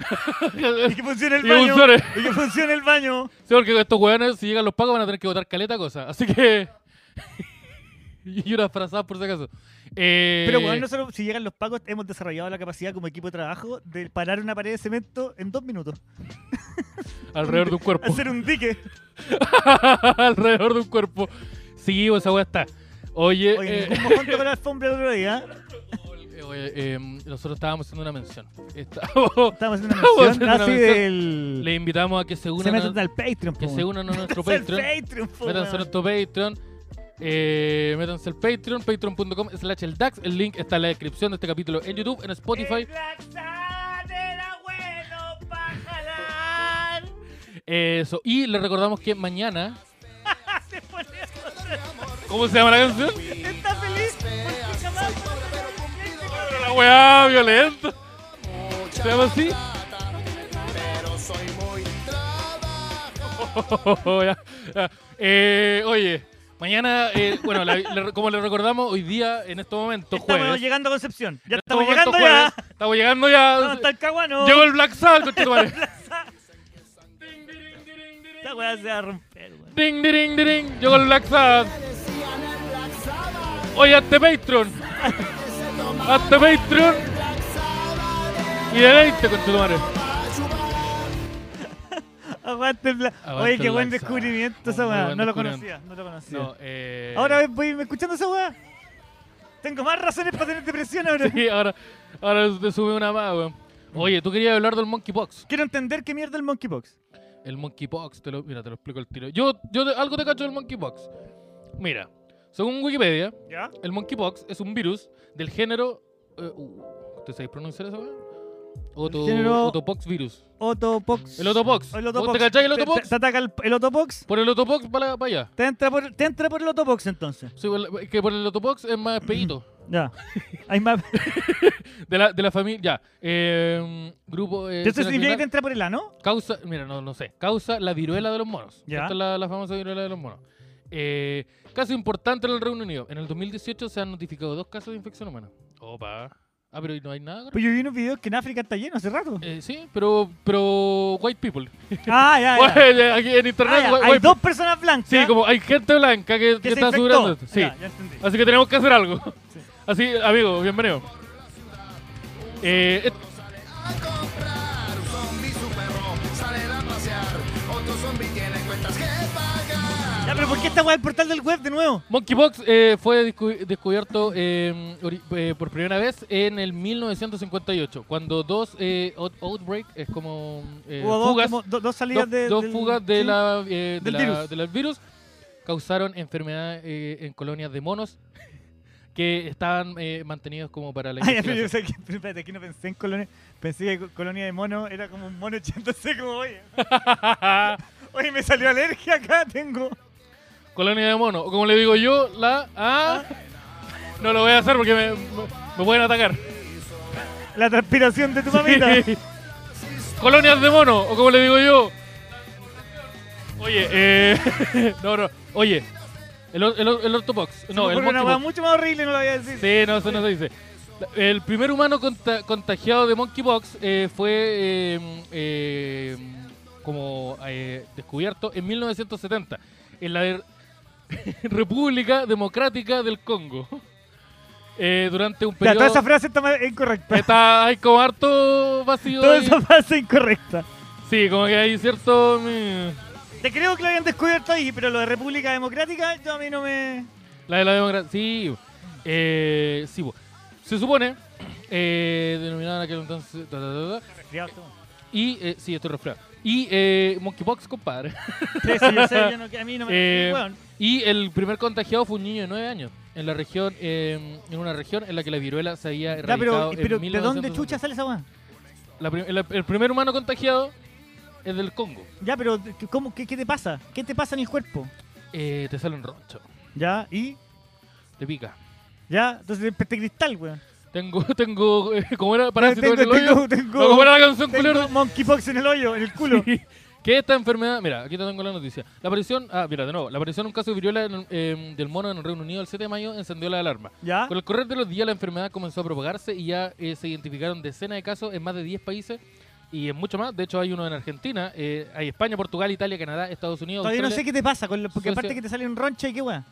Speaker 2: <laughs> Y que funcione el
Speaker 1: Y
Speaker 2: baño.
Speaker 1: funcione.
Speaker 2: Y que funcione el baño.
Speaker 1: <laughs> Sí, porque estos weones, si llegan los pagos, van a tener que votar caleta cosa. Así que. <laughs> y una frazada por si acaso. Eh,
Speaker 2: Pero bueno, nosotros si llegan los pagos hemos desarrollado la capacidad como equipo de trabajo de parar una pared de cemento en
Speaker 1: <laughs>
Speaker 2: dos minutos.
Speaker 1: Alrededor de un cuerpo.
Speaker 2: Hacer un dique.
Speaker 1: <laughs> alrededor de un cuerpo. Sí, pues, esa weá está. Oye,
Speaker 2: Oye,
Speaker 1: eh,
Speaker 2: ningún mojón tocó la alfombra el otro día.
Speaker 1: oye, eh, nosotros estábamos haciendo una mención. Estábamos-
Speaker 2: Estábamos
Speaker 1: Estábamos
Speaker 2: haciendo una mención
Speaker 1: haciendo una
Speaker 2: así
Speaker 1: mención. <laughs>
Speaker 2: del...
Speaker 1: Le invitamos a que se
Speaker 2: Se
Speaker 1: unan,
Speaker 2: meten
Speaker 1: a,
Speaker 2: al Patreon,
Speaker 1: que
Speaker 2: po,
Speaker 1: se
Speaker 2: weón.
Speaker 1: unan a nuestro
Speaker 2: <laughs> Al
Speaker 1: Patreon.
Speaker 2: Patreon, po,
Speaker 1: Métanse a
Speaker 2: weón.
Speaker 1: nuestro Patreon. Eh, métanse al Patreon, patreon.com slash el DAX. El link está en la descripción de este capítulo en YouTube, en Spotify.
Speaker 2: El Blackstar del abuelo Pajalán.
Speaker 1: Eso. Y les recordamos que mañana.
Speaker 2: Se pone
Speaker 1: <laughs>
Speaker 2: a-
Speaker 1: ¿Cómo se llama la canción?
Speaker 2: Está feliz porque jamás va a tener un cliente con-
Speaker 1: La weá violenta. ¿Se llama así? <laughs> Pero soy muy Eh, oye, mañana, eh, bueno, la- le- como les recordamos, hoy día, en estos momentos,
Speaker 2: Estamos
Speaker 1: jueves.
Speaker 2: llegando a Concepción. Ya
Speaker 1: en estos
Speaker 2: estamos
Speaker 1: momentos
Speaker 2: llegando ya.
Speaker 1: jueves, Estamos llegando ya.
Speaker 2: No, está el caguano.
Speaker 1: Llegó el <laughs> Black Sabbath, conchetumare.
Speaker 2: Esta weá se va a romper, weón.
Speaker 1: Ding, ding, ding, ding. Llegó el Black Sabbath. Oye, hazte Patreon. Hazte Patreon. Y deleite con tu madre.
Speaker 2: Aguante el bla-
Speaker 1: Aguante
Speaker 2: Oye, qué
Speaker 1: el
Speaker 2: buen
Speaker 1: Black Sabbath.
Speaker 2: descubrimiento esa
Speaker 1: Muy
Speaker 2: weá.
Speaker 1: buen
Speaker 2: No lo
Speaker 1: descubrimiento.
Speaker 2: conocía, no lo conocía.
Speaker 1: No, eh.
Speaker 2: Ahora voy escuchando esa weá. Tengo más razones para tener depresión ahora.
Speaker 1: <laughs> Sí, ahora, ahora te sube una más, weón. Oye, tú querías hablar del Monkeypox.
Speaker 2: Quiero entender qué mierda el monkeypox.
Speaker 1: El Monkeypox, te lo, mira, te lo explico el tiro. Yo, yo te- algo te cacho del Monkeypox. Mira, según Wikipedia,
Speaker 2: ¿Ya?
Speaker 1: El monkeypox es un virus del género. eh, uh, ¿Usted sabe pronunciar eso? weón? Oto,
Speaker 2: género-
Speaker 1: Otopox virus.
Speaker 2: Otopox.
Speaker 1: El otopox.
Speaker 2: El
Speaker 1: ¿Vos ¿Te cachai el
Speaker 2: Te- Te,
Speaker 1: otopox?
Speaker 2: te ataca el, el otopox.
Speaker 1: Por el otopox para, para allá.
Speaker 2: Te entra, por, te entra por el otopox entonces.
Speaker 1: Sí, por la- es que por el otopox es más espejito.
Speaker 2: Ya. Hay
Speaker 1: <laughs>
Speaker 2: más.
Speaker 1: <clears throat> De la, de la familia. Ya. Eh, grupo. Eh,
Speaker 2: Entonces significa que te
Speaker 1: internacional.
Speaker 2: entra por el ano.
Speaker 1: Causa. Mira, no, no sé. Causa la viruela de los monos.
Speaker 2: Ya.
Speaker 1: Esta es la, la famosa viruela de los monos. Eh, caso importante en el Reino Unido. En el 2018 se han notificado dos casos de infección humana. Opa. Ah, pero ¿y no hay nada. con-
Speaker 2: Pues yo vi unos videos que en África está lleno hace rato.
Speaker 1: <laughs> Eh, sí, pero, pero white people.
Speaker 2: Ah, ya,
Speaker 1: <laughs>
Speaker 2: ya.
Speaker 1: Bueno, ya, aquí en internet,
Speaker 2: Ah, ya.
Speaker 1: güey,
Speaker 2: Hay
Speaker 1: güey,
Speaker 2: dos personas blancas.
Speaker 1: sí, como hay gente blanca que, que
Speaker 2: que se
Speaker 1: está
Speaker 2: infectó.
Speaker 1: asegurando esto. Sí.
Speaker 2: Ya, ya entendí.
Speaker 1: Así que tenemos que hacer algo. <laughs> Así, amigo, bienvenido. Eh, et-
Speaker 2: Ya, pero ¿por qué esta weá del portal del web de nuevo?
Speaker 1: Monkeypox eh, fue discu- descubierto eh, ori- eh, por primera vez en el 1958, cuando dos eh, out- outbreak es como eh,
Speaker 2: Hubo dos,
Speaker 1: fugas,
Speaker 2: como, do- dos salidas
Speaker 1: dos,
Speaker 2: de,
Speaker 1: dos
Speaker 2: del-
Speaker 1: fugas de
Speaker 2: sí.
Speaker 1: la, eh, de
Speaker 2: Del
Speaker 1: la-
Speaker 2: virus.
Speaker 1: del virus causaron enfermedad eh, en colonias de monos <laughs> que estaban eh, mantenidos como para la
Speaker 2: <laughs> Ay, <laughs> ya,
Speaker 1: investigación.
Speaker 2: pero yo sé que, pero espérate, aquí no pensé en colonia. Pensé que co- colonia de mono era como un mono <laughs> echándose como, oye. oye, me salió alergia acá, tengo.
Speaker 1: Colonia de mono. O como le digo yo, la A. No lo voy a hacer porque me, me pueden atacar.
Speaker 2: La transpiración de tu mamita.
Speaker 1: <laughs> Colonias de mono. O como le digo yo. Oye, eh. <laughs> no, no. Oye. El, o- el, o- el ortopox.
Speaker 2: Se me
Speaker 1: No, el
Speaker 2: ocurre una weá
Speaker 1: monkeypox.
Speaker 2: mucho más horrible, no la voy a decir.
Speaker 1: Sí, no, eso no se dice. El primer humano conta- contagiado de monkeypox eh, fue eh, eh, como eh, descubierto en 1970 en la de- <laughs> República Democrática del Congo. Eh, durante un
Speaker 2: Ya,
Speaker 1: periodo...
Speaker 2: toda esa frase está mal- incorrecta.
Speaker 1: Está, hay como harto vacío.
Speaker 2: <laughs> Toda
Speaker 1: ahí.
Speaker 2: esa frase incorrecta.
Speaker 1: Sí, como que hay cierto... mm,
Speaker 2: Te creo que lo habían descubierto ahí, pero lo de República Democrática, yo a mí no me.
Speaker 1: La de la democracia. Sí, eh, sí, po. se supone, eh, denominada en aquel entonces. ta, ta, ta, ta, y, eh, sí, esto es resfriado. Y eh, Monkeypox, compadre. <laughs>
Speaker 2: Sí, sí, yo sé, yo no- a mí no me.
Speaker 1: Eh,
Speaker 2: weón.
Speaker 1: Y el primer contagiado fue un niño de 9 años. En la región, eh, en una región en la que la viruela se había
Speaker 2: Ya,
Speaker 1: erradicado
Speaker 2: pero,
Speaker 1: en
Speaker 2: pero ¿de dónde
Speaker 1: 1960.
Speaker 2: chucha sale esa weón?
Speaker 1: La prim- el, el primer humano contagiado es del Congo.
Speaker 2: Ya, pero ¿cómo, qué, qué te pasa? ¿Qué te pasa en el cuerpo?
Speaker 1: Eh, te sale un roncho,
Speaker 2: Ya, y.
Speaker 1: te pica.
Speaker 2: Ya, entonces desperté cristal, weón.
Speaker 1: Tengo, <laughs> tengo, eh, ¿cómo era? Parásito
Speaker 2: tengo,
Speaker 1: en el hoyo.
Speaker 2: tengo, tengo,
Speaker 1: No, ¿Cómo era la canción,
Speaker 2: tengo
Speaker 1: culero?
Speaker 2: monkeypox en el hoyo, en el culo.
Speaker 1: <laughs> Que esta enfermedad, mira, aquí te tengo la noticia. La aparición, ah, mira, de nuevo, la aparición de un caso de viruela en el- eh, del mono en el Reino Unido el 7 de mayo encendió la alarma. <laughs>
Speaker 2: Ya,
Speaker 1: Con el correr de los días la enfermedad comenzó a propagarse y ya eh, se identificaron decenas de casos en más de 10 países y en mucho más. De hecho, hay uno en Argentina, eh, hay España, Portugal, Italia, Canadá, Estados Unidos.
Speaker 2: todavía no sé
Speaker 1: Australia.
Speaker 2: qué te pasa, con lo- porque
Speaker 1: Suecia.
Speaker 2: aparte que te sale un roncho y qué weón.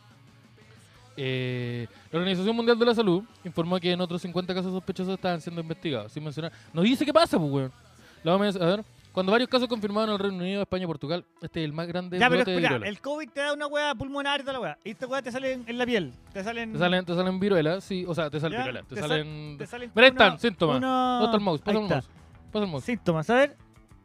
Speaker 1: Eh, la Organización Mundial de la Salud informó que en otros 50 casos sospechosos estaban siendo investigados, sin mencionar. No dice qué pasa, pues, weón. La OMS, a ver. Cuando varios casos confirmados en el Reino Unido, España y Portugal, este es el más grande
Speaker 2: Ya, pero
Speaker 1: brote de
Speaker 2: espera,
Speaker 1: viruela.
Speaker 2: el COVID te da una weá pulmonar y toda la weá. Y esta weá te sale en, en la piel. Te salen.
Speaker 1: Te salen, te salen viruelas, sí, o sea, te salen
Speaker 2: Ya,
Speaker 1: viruelas, te,
Speaker 2: te sal-
Speaker 1: salen...
Speaker 2: te salen
Speaker 1: Mira, ahí
Speaker 2: uno-
Speaker 1: están, síntomas.
Speaker 2: uno-
Speaker 1: Bota el mouse, pasa
Speaker 2: Ahí
Speaker 1: el
Speaker 2: está.
Speaker 1: mouse. Pasa el mouse.
Speaker 2: Síntomas, a ver.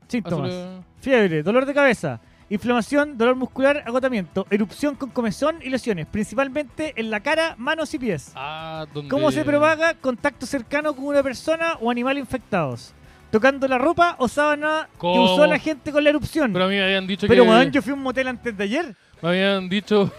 Speaker 2: Síntomas.
Speaker 1: Hazle-
Speaker 2: Fiebre, dolor de cabeza, inflamación, dolor muscular, agotamiento, erupción con comezón y lesiones, principalmente en la cara, manos y pies.
Speaker 1: Ah, donde...
Speaker 2: ¿Cómo se propaga? Contacto cercano con una persona o animal infectados. Tocando la ropa o sábana que
Speaker 1: ¿Cómo?
Speaker 2: usó la gente con la erupción.
Speaker 1: Pero a
Speaker 2: Pero,
Speaker 1: mí me habían dicho que...
Speaker 2: weón, yo fui a un motel antes de ayer.
Speaker 1: Me habían dicho...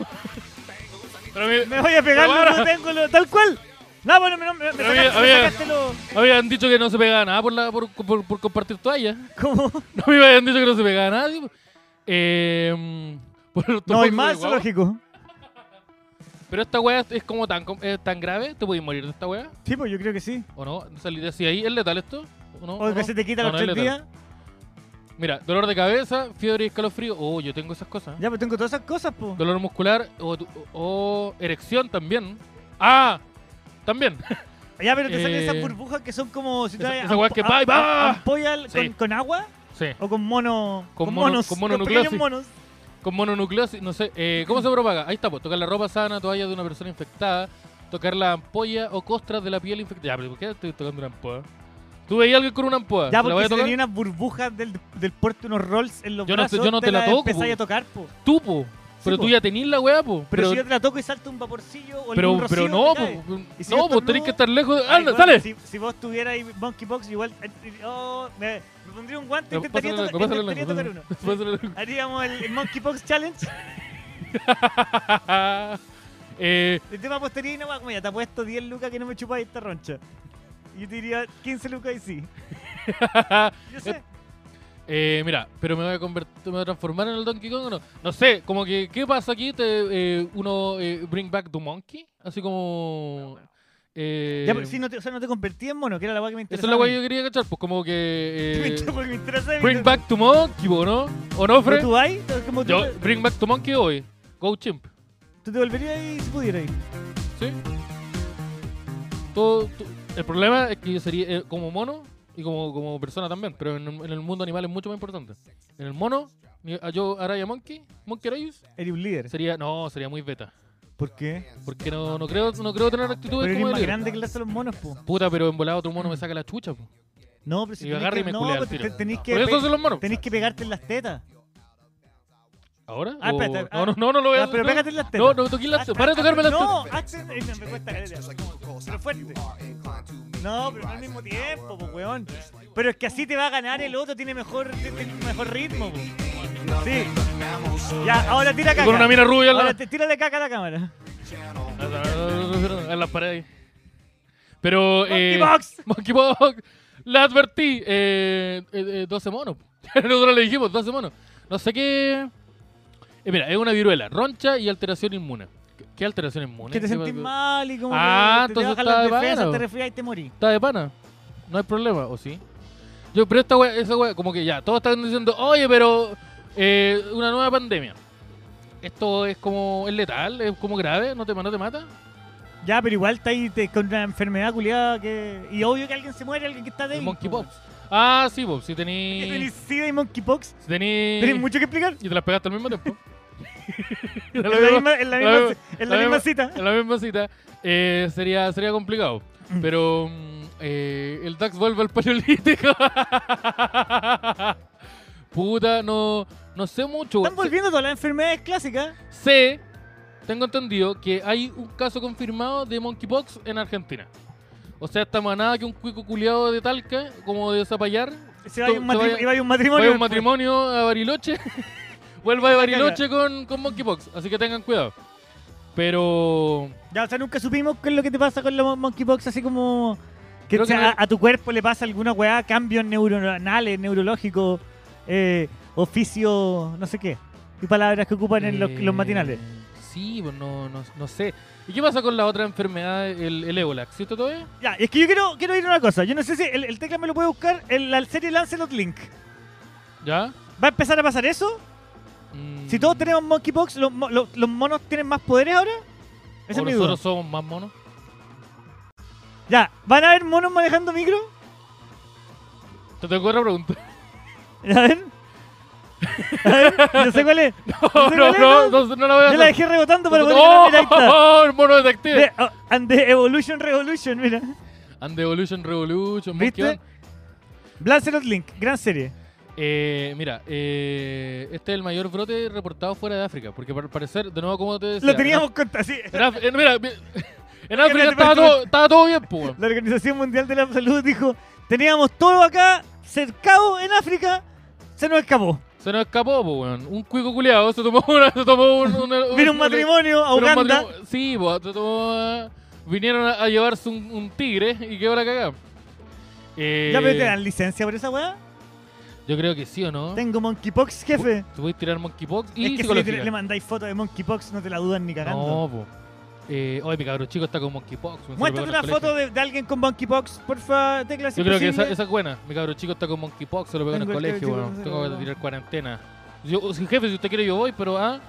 Speaker 1: Pero a mí-
Speaker 2: Me voy a pegar
Speaker 1: Pero
Speaker 2: los
Speaker 1: bueno.
Speaker 2: tengo tal cual. No, bueno, me, no, me, me
Speaker 1: Pero
Speaker 2: sacaste,
Speaker 1: a mí- a
Speaker 2: me
Speaker 1: mí-
Speaker 2: sacaste lo-
Speaker 1: habían dicho que no se pegaba nada por, la, por, por, por compartir <laughs> toallas.
Speaker 2: ¿Cómo?
Speaker 1: No me habían dicho que no se pegaba nada. sí, po. Eh, por tu
Speaker 2: No,
Speaker 1: boxer de
Speaker 2: hay más,
Speaker 1: guagua.
Speaker 2: lógico.
Speaker 1: Pero esta weá es como tan, com- es tan grave. ¿Te podéis morir de esta weá?
Speaker 2: Sí, pues yo creo que sí.
Speaker 1: ¿O no? ¿Salir así ahí? ¿Es letal esto? ¿O no?
Speaker 2: O
Speaker 1: ¿O
Speaker 2: que
Speaker 1: no?
Speaker 2: se te quita
Speaker 1: No,
Speaker 2: los
Speaker 1: no es
Speaker 2: tres
Speaker 1: letal.
Speaker 2: días.
Speaker 1: Mira, dolor de cabeza, fiebre y escalofrío. Oh, yo tengo esas cosas.
Speaker 2: Ya, pues tengo todas esas cosas, po.
Speaker 1: Dolor muscular o, tu- o erección también. Ah, también.
Speaker 2: Ya, pero te salen
Speaker 1: Eh,
Speaker 2: esas burbujas que son como si
Speaker 1: esa-
Speaker 2: traes
Speaker 1: esa weá
Speaker 2: ampo-
Speaker 1: que va y va.
Speaker 2: ampolla al-
Speaker 1: Sí.
Speaker 2: con, con agua
Speaker 1: sí.
Speaker 2: o con mono
Speaker 1: Con mono-
Speaker 2: monos,
Speaker 1: con mono
Speaker 2: pequeños
Speaker 1: nucleosis.
Speaker 2: monos.
Speaker 1: Con mononucleosis, no sé. eh, ¿Cómo se propaga? Ahí está, pues. Tocar la ropa sana, toalla de una persona infectada, tocar la ampolla o costras de la piel infectada. Ya, pero ¿por qué estoy tocando una ampolla? ¿Tú veías alguien con una ampolla?
Speaker 2: Ya,
Speaker 1: ¿Se Ah, la voy a
Speaker 2: porque si
Speaker 1: tocar?
Speaker 2: tenía unas burbujas del, del puerto, unos rolls en los
Speaker 1: Yo no te-
Speaker 2: brazos,
Speaker 1: yo no te la
Speaker 2: las
Speaker 1: toco,
Speaker 2: empezáis
Speaker 1: po.
Speaker 2: a tocar, po.
Speaker 1: Tú, po. Pero
Speaker 2: po.
Speaker 1: tú ya tenías la weá, po.
Speaker 2: Pero,
Speaker 1: Pero,
Speaker 2: si yo te la toco y salta un vaporcillo o
Speaker 1: pero,
Speaker 2: algún rocío,
Speaker 1: pero
Speaker 2: te
Speaker 1: no,
Speaker 2: cae.
Speaker 1: po.
Speaker 2: Y si
Speaker 1: no,
Speaker 2: yo
Speaker 1: po. Tenés
Speaker 2: estornudo-
Speaker 1: que estar lejos. de-
Speaker 2: Ay,
Speaker 1: ¡Anda,
Speaker 2: weón,
Speaker 1: sale!
Speaker 2: Si, si vos tuvierais monkeypox, igual... eh, oh, me, me pondría un guante e
Speaker 1: Pásale
Speaker 2: intentaría,
Speaker 1: la-
Speaker 2: tocar-
Speaker 1: pásale la-
Speaker 2: intentaría tocar uno.
Speaker 1: pásale la-
Speaker 2: Haríamos el, el monkeypox challenge.
Speaker 1: <laughs> eh,
Speaker 2: El tema apostaría y no va como ya, te apuesto 10 lucas que no me chupáis esta roncha. Y Yo te diría 15 lucas
Speaker 1: <laughs>
Speaker 2: y sí. Yo sé.
Speaker 1: eh, mira, pero me voy a convertir, me voy a transformar en el Donkey Kong o no? No sé, como que, ¿qué pasa aquí? Te, eh, uno eh, bring back the monkey, así como. Eh,
Speaker 2: Ya, pero si no te, o sea, no te convertí en mono, que era la weá que me
Speaker 1: Esa
Speaker 2: interesaba.
Speaker 1: es la
Speaker 2: a
Speaker 1: weá
Speaker 2: mí.
Speaker 1: que yo quería cachar, pues como que.
Speaker 2: <laughs>
Speaker 1: eh,
Speaker 2: Chucha, porque me interesa.
Speaker 1: bring back to monkey, po, ¿no? ¿O no, Fred?
Speaker 2: ¿Pero tú ahí? ¿Cómo tú,
Speaker 1: Yo, bring back to monkey hoy. Go chimp.
Speaker 2: tú te volverías ahí si pudieras ahí?
Speaker 1: ¿Sí? Todo, tú- el problema es que yo sería eh, como mono y como, como persona también, pero en, en el mundo animal es mucho más importante. En el mono, mi- yo Araya Monkey, Monkey Arayus,
Speaker 2: Eres un líder.
Speaker 1: sería, no, sería muy beta.
Speaker 2: ¿Por qué?
Speaker 1: Porque no, no, creo, no creo tener
Speaker 2: Pero
Speaker 1: actitudes
Speaker 2: eres
Speaker 1: como
Speaker 2: más
Speaker 1: el
Speaker 2: grande que el resto de los monos, po.
Speaker 1: Puta, pero en volado otro mono me saca la chucha. po.
Speaker 2: No, pero si
Speaker 1: Y
Speaker 2: tenés
Speaker 1: agarra
Speaker 2: que,
Speaker 1: y me
Speaker 2: no,
Speaker 1: culea al
Speaker 2: pues te-
Speaker 1: tiro.
Speaker 2: te- tenés que
Speaker 1: Por eso
Speaker 2: pe-
Speaker 1: son los monos.
Speaker 2: tenés que pegarte en las tetas.
Speaker 1: ¿Ahora?
Speaker 2: Ah,
Speaker 1: ¿O-
Speaker 2: espérate,
Speaker 1: no,
Speaker 2: ah,
Speaker 1: no, no, no lo voy a
Speaker 2: Ya, pero
Speaker 1: no,
Speaker 2: pégate en las tetas. Ah,
Speaker 1: No, no me toqué las tetas. Para de tocarme las tetas.
Speaker 2: No, hazte- eh, no, me cuesta caleta. Pero fuerte. No, pero no al mismo tiempo, pues, weón. Pero es que así te va a ganar el otro, tiene mejor, tiene mejor ritmo, po. Sí. Ya, ahora tira caca.
Speaker 1: Con una mina rubia en la-
Speaker 2: Ahora te tírale caca a la cámara.
Speaker 1: <laughs> En las paredes. Pero. eh,
Speaker 2: Monkeypox.
Speaker 1: Monkeypox. Le advertí. Eh, eh, eh, 12 monos. <laughs> Nosotros le dijimos 12 monos. No sé qué. Eh, mira, es una viruela. Roncha y alteración inmune. ¿Qué, qué alteración inmune?
Speaker 2: Que te
Speaker 1: ¿Qué
Speaker 2: sentís
Speaker 1: pa-
Speaker 2: mal y como
Speaker 1: Ah,
Speaker 2: que te, te
Speaker 1: entonces
Speaker 2: bajan las
Speaker 1: está de
Speaker 2: defensas,
Speaker 1: pana,
Speaker 2: te
Speaker 1: po.
Speaker 2: resfrias y te morís.
Speaker 1: Está de pana. No hay problema, ¿o sí? Yo, pero esta wea, esa wea, como que ya, todos están diciendo, oye, pero eh, una nueva pandemia. Esto es como, es letal, es como grave, no te, no te mata.
Speaker 2: Ya, pero igual está ahí te- con una enfermedad culiada que... Y obvio que alguien se muere, alguien que está
Speaker 1: El
Speaker 2: débil. po,
Speaker 1: monkeypox. Ah, sí, vos, si <laughs> tení.
Speaker 2: <laughs> ¿Tenés SIDA y monkeypox?
Speaker 1: Si tení.
Speaker 2: ¿Tenés mucho que explicar?
Speaker 1: Y te las pegaste al mismo tiempo. En
Speaker 2: <laughs> En la misma, en la
Speaker 1: la
Speaker 2: misma,
Speaker 1: misma-
Speaker 2: en la
Speaker 1: la
Speaker 2: misma
Speaker 1: misma-
Speaker 2: cita.
Speaker 1: en la misma cita. eh, sería, sería complicado. Pero mm, eh, el DAX vuelve al paleolítico. <laughs> Puta, no, no sé mucho.
Speaker 2: Están
Speaker 1: weón.
Speaker 2: volviendo todas las enfermedades clásicas.
Speaker 1: Sé, tengo entendido que hay un caso confirmado de monkeypox en Argentina. O sea, estamos a nada que un cuico culiado de Talca, como de Zapallar,
Speaker 2: Se va a ir un,
Speaker 1: Se
Speaker 2: matri-
Speaker 1: vaya-
Speaker 2: iba a ir un matrimonio.
Speaker 1: vaya a un matrimonio a Bariloche, <laughs> vuelva de
Speaker 2: La caga.
Speaker 1: Bariloche con, con monkeypox. Así que tengan cuidado. Pero
Speaker 2: Ya, o sea, nunca supimos qué es lo que te pasa con la mon- monkeypox, así como... Que,
Speaker 1: Creo
Speaker 2: o sea,
Speaker 1: que no-
Speaker 2: a, a tu cuerpo le pasa alguna weá, cambios neuronales, neurológicos, eh, oficio, no sé qué. Y palabras que ocupan en los,
Speaker 1: Eh,
Speaker 2: los matinales.
Speaker 1: Sí, pues no, no, no sé. ¿Y qué pasa con la otra enfermedad, el, el ébola? ¿Existe todavía?
Speaker 2: Ya, es que yo quiero, quiero ir a una cosa. Yo no sé si el, el tecla me lo puede buscar en la serie Lancelot Link.
Speaker 1: ¿Ya?
Speaker 2: ¿Va a empezar a pasar eso?
Speaker 1: Mm.
Speaker 2: Si todos tenemos monkeypox, ¿los, mo- los- los monos tienen más poderes ahora?
Speaker 1: ¿O
Speaker 2: Esa es mi duda.
Speaker 1: nosotros somos más monos.
Speaker 2: Ya, ¿van a haber monos manejando micro?
Speaker 1: Te tengo otra pregunta.
Speaker 2: A ver. A ver, yo sé cuál es.
Speaker 1: <laughs> No,
Speaker 2: sé
Speaker 1: no,
Speaker 2: cuál es,
Speaker 1: no, no, no la voy a
Speaker 2: Yo la
Speaker 1: hacer.
Speaker 2: dejé rebotando para poder
Speaker 1: ¡Oh!
Speaker 2: mira, ahí
Speaker 1: <laughs>
Speaker 2: está.
Speaker 1: el mono detective!
Speaker 2: Ve, oh, and the Evolution Revolution, mira.
Speaker 1: And the Evolution Revolution,
Speaker 2: ¿Viste?
Speaker 1: Monkey Man.
Speaker 2: Blasterot Link, gran serie.
Speaker 1: Eh, mira, eh, este es el mayor brote reportado fuera de África, porque al parecer, de nuevo, como te decía...
Speaker 2: Lo teníamos contra sí.
Speaker 1: En, Af- en Af- en- mira, mi-
Speaker 2: <laughs>
Speaker 1: en
Speaker 2: Porque
Speaker 1: África
Speaker 2: no te
Speaker 1: estaba
Speaker 2: preocupes.
Speaker 1: todo, estaba todo bien, pues. weón.
Speaker 2: La Organización Mundial de la Salud dijo, teníamos todo acá, cercado en África, se nos escapó.
Speaker 1: Se nos escapó, pues, weón. Un cuico culiado se tomó, una, se tomó un... una-
Speaker 2: Vino un matrimonio
Speaker 1: Pero
Speaker 2: a
Speaker 1: un
Speaker 2: Uganda.
Speaker 1: matrimonio- Sí, po, te tomó a- vinieron a, a llevarse un, un tigre y quedó la cagada. Eh,
Speaker 2: ¿Ya pero te dan licencia por esa weá?
Speaker 1: Yo creo que sí o no.
Speaker 2: Tengo monkeypox, jefe.
Speaker 1: Tú puedes tirar monkeypox y
Speaker 2: es que si le,
Speaker 1: psicología.
Speaker 2: le mandáis fotos de monkeypox, no te la dudan ni cagando.
Speaker 1: no, po. Eh, oye, mi cabrón chico está con monkeypox. weón, se lo pegó
Speaker 2: Muéstrate
Speaker 1: en
Speaker 2: una
Speaker 1: el colegio.
Speaker 2: foto de, de alguien con monkeypox, porfa, tecla. si
Speaker 1: Yo creo que
Speaker 2: posible.
Speaker 1: esa, esa es buena. Mi cabrón chico está con monkeypox, se lo pegó en el
Speaker 2: Tengo el
Speaker 1: colegio,
Speaker 2: cabro eh. chico,
Speaker 1: weón.
Speaker 2: se lo
Speaker 1: Tengo que
Speaker 2: pegó.
Speaker 1: tirar cuarentena. Yo, si- jefe, si usted quiere yo voy, pero ah.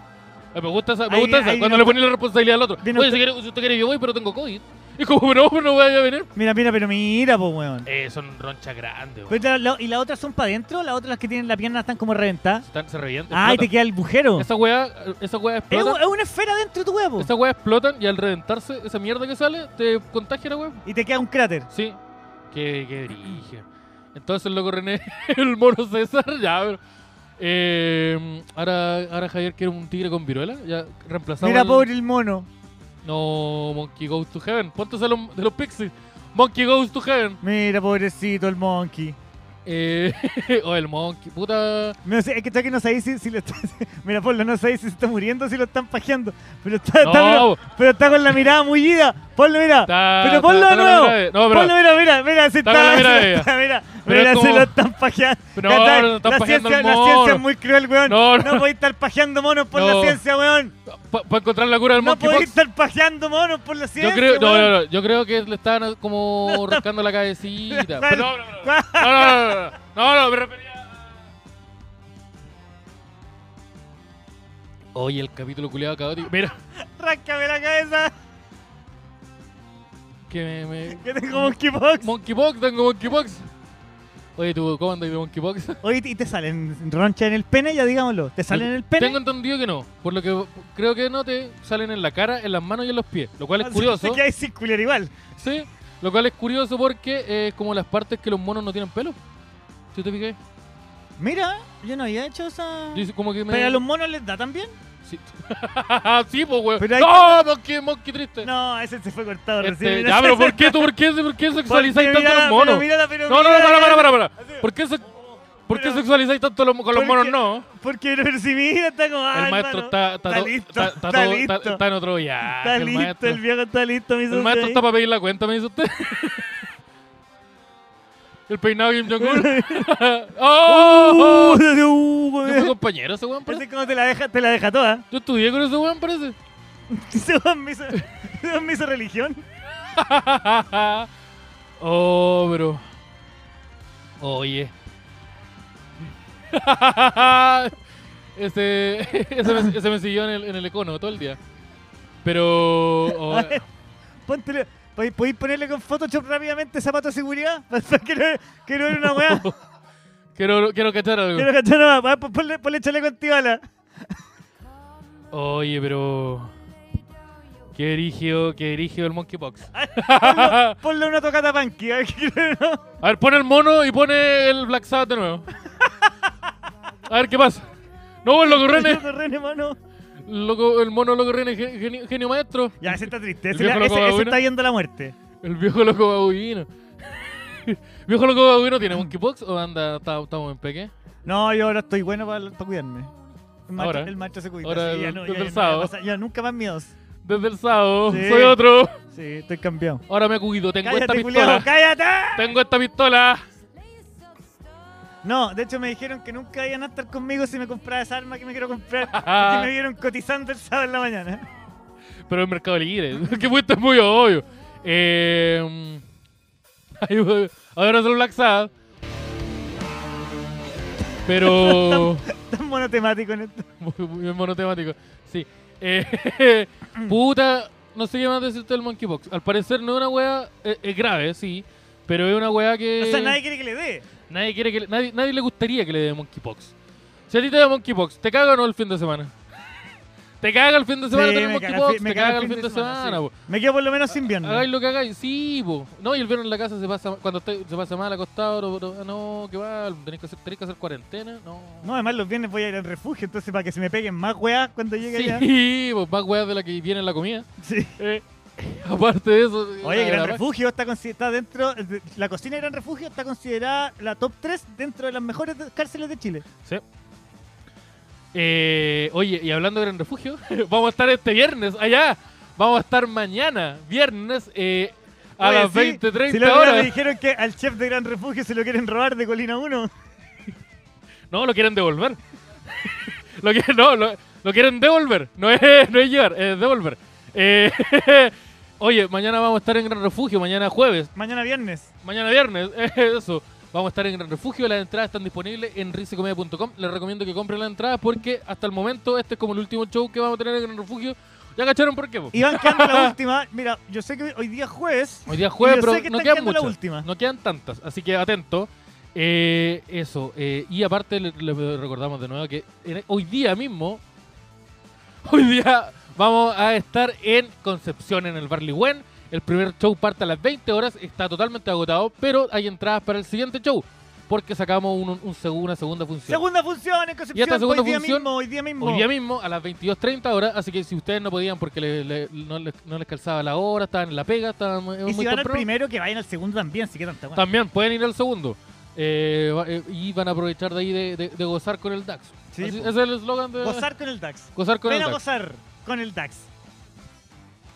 Speaker 1: Ay, me gusta esa, me
Speaker 2: Ahí
Speaker 1: gusta
Speaker 2: vi-
Speaker 1: esa.
Speaker 2: ahí
Speaker 1: Cuando
Speaker 2: vi
Speaker 1: le
Speaker 2: una-
Speaker 1: ponen la responsabilidad al otro.
Speaker 2: vi una-
Speaker 1: Oye, si, quiere- si usted quiere yo voy, pero tengo COVID. <laughs> Y como, no, pero no voy a venir.
Speaker 2: Mira, mira, pero mira, pues, weón.
Speaker 1: Eh, son ronchas grandes, weón.
Speaker 2: Pero la- la- ¿Y las otras son para adentro? ¿Las otras las que tienen la pierna están como reventadas?
Speaker 1: Están- se revientan.
Speaker 2: Ah, y te
Speaker 1: explotan.
Speaker 2: queda el bujero.
Speaker 1: Esa weá, esa weá
Speaker 2: Es,
Speaker 1: explota.
Speaker 2: u- es una esfera dentro de tu huevo.
Speaker 1: Esa weá explotan y al reventarse, esa mierda que sale, te contagia la weá.
Speaker 2: Y te queda un cráter.
Speaker 1: Sí. Qué, qué brillo. Entonces, loco René, <laughs> el mono César, ya, pero. eh, ahora, ahora Javier quiere un tigre con viruela. Ya reemplazamos.
Speaker 2: Mira,
Speaker 1: al-
Speaker 2: pobre el mono.
Speaker 1: No, Monkey Goes to Heaven. Ponte de los, de los pixies. Monkey Goes to Heaven.
Speaker 2: Mira, pobrecito el monkey.
Speaker 1: Eh, <laughs> o el Monkey, puta.
Speaker 2: No sé, es que está que no sabéis si, si lo está... <laughs> Mira, Polo, no sabéis si se está muriendo o si lo están pajeando. Pero está, está- pero,
Speaker 1: No,
Speaker 2: pero está con la mirada mullida. Ponlo, mira.
Speaker 1: está-
Speaker 2: pero
Speaker 1: está-
Speaker 2: ponlo
Speaker 1: está
Speaker 2: de
Speaker 1: la
Speaker 2: nuevo.
Speaker 1: mirada de- No, pero.
Speaker 2: Ponlo, mira, mira, mira, se
Speaker 1: Está con
Speaker 2: está.
Speaker 1: la mirada
Speaker 2: se
Speaker 1: de ella.
Speaker 2: está, mira,
Speaker 1: Pero
Speaker 2: mira,
Speaker 1: es
Speaker 2: se
Speaker 1: como-
Speaker 2: lo están pajeando.
Speaker 1: No,
Speaker 2: Ya está,
Speaker 1: no lo están
Speaker 2: la
Speaker 1: pajeando al
Speaker 2: ciencia, La
Speaker 1: mono.
Speaker 2: ciencia es muy cruel, weón.
Speaker 1: No, no.
Speaker 2: podéis estar pajeando monos por la
Speaker 1: No.
Speaker 2: ciencia, weón.
Speaker 1: Para encontrar la cura del
Speaker 2: No podéis
Speaker 1: monkeypox.
Speaker 2: estar pajeando monos por la
Speaker 1: Yo
Speaker 2: ciencia.
Speaker 1: creo, no,
Speaker 2: weón.
Speaker 1: no, no, yo creo que le estaban como rascando la cabecita. Pero no, no, no, no, no, no, no, no, no, me refería a- Oye, el capítulo culiado caótico. Mira,
Speaker 2: Ráscame la cabeza,
Speaker 1: que me. me...
Speaker 2: que tengo monkeypox.
Speaker 1: Monkeypox, tengo monkeypox. Oye, ¿tú cómo andas de monkeypox?
Speaker 2: Oye, ¿y te salen ronchas en el pene? Ya digámoslo. ¿Te salen en el pene?
Speaker 1: Tengo entendido que no. Por lo que creo que no te salen en la cara, en las manos y en los pies. Lo cual es
Speaker 2: Así
Speaker 1: curioso.
Speaker 2: que hay sin culiar igual.
Speaker 1: Sí, lo cual es curioso porque eh, es como las partes que los monos no tienen pelo. ¿Sí te fijas?
Speaker 2: Mira, yo no había hecho esa...
Speaker 1: Yo hice como que me.
Speaker 2: ¿Pero a los monos les da también?
Speaker 1: Sí, <laughs> sí pues, weón.
Speaker 2: Pero hay
Speaker 1: No, monkey, monkey triste.
Speaker 2: No, ese se fue cortado
Speaker 1: Este,
Speaker 2: recién. mira.
Speaker 1: ya, pero ¿por
Speaker 2: <laughs>
Speaker 1: qué, tú, por qué, por qué sexualizáis
Speaker 2: Porque
Speaker 1: tanto a los
Speaker 2: mira,
Speaker 1: monos?
Speaker 2: pero mira, pero
Speaker 1: no, no, no,
Speaker 2: mira,
Speaker 1: para, para, para. para.
Speaker 2: Así.
Speaker 1: ¿Por qué, se- ¿por qué
Speaker 2: Pero-
Speaker 1: sexualizáis tanto a los- con los
Speaker 2: porque-
Speaker 1: monos? No.
Speaker 2: Porque pero si mira, está como... ah,
Speaker 1: el maestro
Speaker 2: hermano,
Speaker 1: está, está, to-
Speaker 2: listo,
Speaker 1: está,
Speaker 2: está,
Speaker 1: está todo-
Speaker 2: listo.
Speaker 1: está- está en otro viaje.
Speaker 2: Está
Speaker 1: el
Speaker 2: listo,
Speaker 1: maestro,
Speaker 2: el viejo está listo, mi
Speaker 1: El maestro está para pedir la cuenta, me dice usted. <laughs> el peinado de Kim
Speaker 2: <laughs>
Speaker 1: Jong-un. <laughs>
Speaker 2: Uh,
Speaker 1: ¡Oh! ¿No fue compañero ese weón, parece?
Speaker 2: <laughs> Parece como te la deja, te la deja toda. <laughs>
Speaker 1: Yo estudié con ese weón, parece.
Speaker 2: Ese weón me hizo, <laughs> ese weón me hizo religión.
Speaker 1: <laughs> oh, bro. Oye. <laughs> ese, Este, <laughs> ese, me, ese me siguió en el, en el econo todo el día. Pero. oh,
Speaker 2: Póntelo. ¿Podéis podéis ponerle con Photoshop rápidamente zapato de seguridad? <laughs> que, no, que no era una weá.
Speaker 1: Quiero, quiero cachar algo.
Speaker 2: Quiero cachar nada más. Pon- Ponle, ponle chaleco antibala.
Speaker 1: Oye, pero. Qué erigido, qué erigido el Monkeypox.
Speaker 2: Ponle, ponle una tocata punky. a ver qué creo, ¿no?
Speaker 1: A ver, pone el mono y pone el Black Sabbath de nuevo. A ver qué pasa. No, el loco
Speaker 2: <laughs>
Speaker 1: René.
Speaker 2: René, mano.
Speaker 1: Loco, el mono loco René, gen- genio, genio maestro.
Speaker 2: Ya, ese está triste.
Speaker 1: El
Speaker 2: Ese,
Speaker 1: viejo
Speaker 2: ese-
Speaker 1: loco
Speaker 2: ese
Speaker 1: babuino.
Speaker 2: está yendo a la muerte.
Speaker 1: El viejo loco babuino. <laughs> ¿Viejo loco babuino tiene monkeypox o anda, está- estamos en peque?
Speaker 2: No, yo ahora estoy bueno para, cuidarme. El macho,
Speaker 1: Ahora.
Speaker 2: el macho se cuida.
Speaker 1: Ahora
Speaker 2: sí, ya,
Speaker 1: el-
Speaker 2: no,
Speaker 1: el
Speaker 2: ya- ya no me
Speaker 1: sábado.
Speaker 2: pasa- ya nunca más miedos.
Speaker 1: Desde el sábado,
Speaker 2: Sí.
Speaker 1: soy otro.
Speaker 2: Sí, estoy cambiado.
Speaker 1: Ahora me cuido, tengo esta
Speaker 2: ¡Cállate,
Speaker 1: pistola.
Speaker 2: Julián! ¡Cállate!
Speaker 1: Tengo esta pistola.
Speaker 2: No, de hecho me dijeron que nunca iban a estar conmigo si me compraba esa arma que me
Speaker 1: <laughs>
Speaker 2: quiero comprar. Porque me vieron cotizando el sábado en la mañana.
Speaker 1: Pero en Mercado Libre. <laughs> que fuiste es muy obvio. Eh, <laughs> ahí voy. ahora es el Black Sabbath.
Speaker 2: <laughs>
Speaker 1: Pero.
Speaker 2: Tan monotemático en esto.
Speaker 1: muy, muy monotemático. Sí. Eh, <laughs> puta. No sé qué más decirte del Monkeypox. Al parecer no es una wea. eh, es grave, sí. Pero es una wea que.
Speaker 2: O sea, nadie quiere que le dé.
Speaker 1: nadie quiere que le- nadie, nadie le gustaría que le dé Monkeypox. Si a ti te da Monkeypox, ¿te caga o no el fin de semana? <laughs> ¿Te caga el fin de semana
Speaker 2: Sí,
Speaker 1: tener
Speaker 2: me caga el
Speaker 1: Monkeypox?
Speaker 2: fin- me
Speaker 1: ¿Te caga el fin de semana?
Speaker 2: sí.
Speaker 1: po?
Speaker 2: Me quedo por lo menos sin viernes.
Speaker 1: Hagáis lo que hagáis, sí, po. No, y el viernes en la casa se pasa, cuando estáis- se pasa mal acostado, no, no, no, que va, tenéis que, hacer, tenéis que hacer cuarentena, no.
Speaker 2: No, además los viernes voy a ir al refugio, entonces para que se me peguen más weas cuando
Speaker 1: <laughs>
Speaker 2: llegue allá.
Speaker 1: sí, pues más weas de la que viene en la comida.
Speaker 2: Sí.
Speaker 1: Eh, <laughs> aparte de eso.
Speaker 2: Oye,
Speaker 1: la-
Speaker 2: Gran
Speaker 1: la-
Speaker 2: Refugio está, consi- está dentro. de- La cocina de Gran Refugio está considerada la top 3 dentro de las mejores de- cárceles de Chile.
Speaker 1: Eh, oye, y hablando de Gran Refugio, <laughs> vamos a estar este viernes allá. Vamos a estar mañana, viernes, eh, a
Speaker 2: Oye,
Speaker 1: las
Speaker 2: sí,
Speaker 1: 20, 30
Speaker 2: Si lo me
Speaker 1: horas.
Speaker 2: dijeron que al chef de Gran Refugio se lo quieren robar de Colina 1.
Speaker 1: No, lo quieren devolver. <laughs> lo quieren, no, lo, lo quieren devolver. No es, <laughs> no es llevar, es devolver. Eh, <laughs> oye, mañana vamos a estar en Gran Refugio, mañana jueves,
Speaker 2: Mañana viernes.
Speaker 1: mañana viernes, <laughs> eso. Vamos a estar en Gran Refugio, las entradas están disponibles en risecomedia.com. Les recomiendo que compren las entradas porque hasta el momento este es como el último show que vamos a tener en Gran Refugio. ¿Ya cacharon por qué? po?
Speaker 2: Y van quedando
Speaker 1: <laughs>
Speaker 2: la última. Mira, yo sé que hoy día es jueves.
Speaker 1: Hoy día es jueves,
Speaker 2: y yo
Speaker 1: pero
Speaker 2: sé que
Speaker 1: no
Speaker 2: están
Speaker 1: quedan
Speaker 2: quedando la
Speaker 1: muchas.
Speaker 2: última.
Speaker 1: No quedan tantas, así que atento. Eh, eso, eh, y aparte le, le recordamos de nuevo que en- hoy día mismo, <laughs> hoy día vamos a estar en Concepción, en el Barley Wen. El primer show parte a las 20 horas, está totalmente agotado, pero hay entradas para el siguiente show, porque sacamos un- un seg- una segunda función.
Speaker 2: Segunda función en Concepción.
Speaker 1: Y esta segunda
Speaker 2: hoy día
Speaker 1: función,
Speaker 2: mismo, hoy día mismo.
Speaker 1: Hoy día mismo a las 22.30 horas, así que si ustedes no podían porque le- le- no, les, no les calzaba la hora, estaban en la pega, estaban eh, muy
Speaker 2: y si van al
Speaker 1: temprano.
Speaker 2: primero, que vayan al segundo también, si quedan tan bueno.
Speaker 1: También pueden ir al segundo. Eh, va- eh, y van a aprovechar de ahí de, de- de gozar con el DAX.
Speaker 2: Sí,
Speaker 1: Así-
Speaker 2: po.
Speaker 1: ese es el eslogan de
Speaker 2: Gozar con el DAX.
Speaker 1: gozar Ah. con
Speaker 2: Ven
Speaker 1: el
Speaker 2: a
Speaker 1: DAX.
Speaker 2: gozar con el DAX.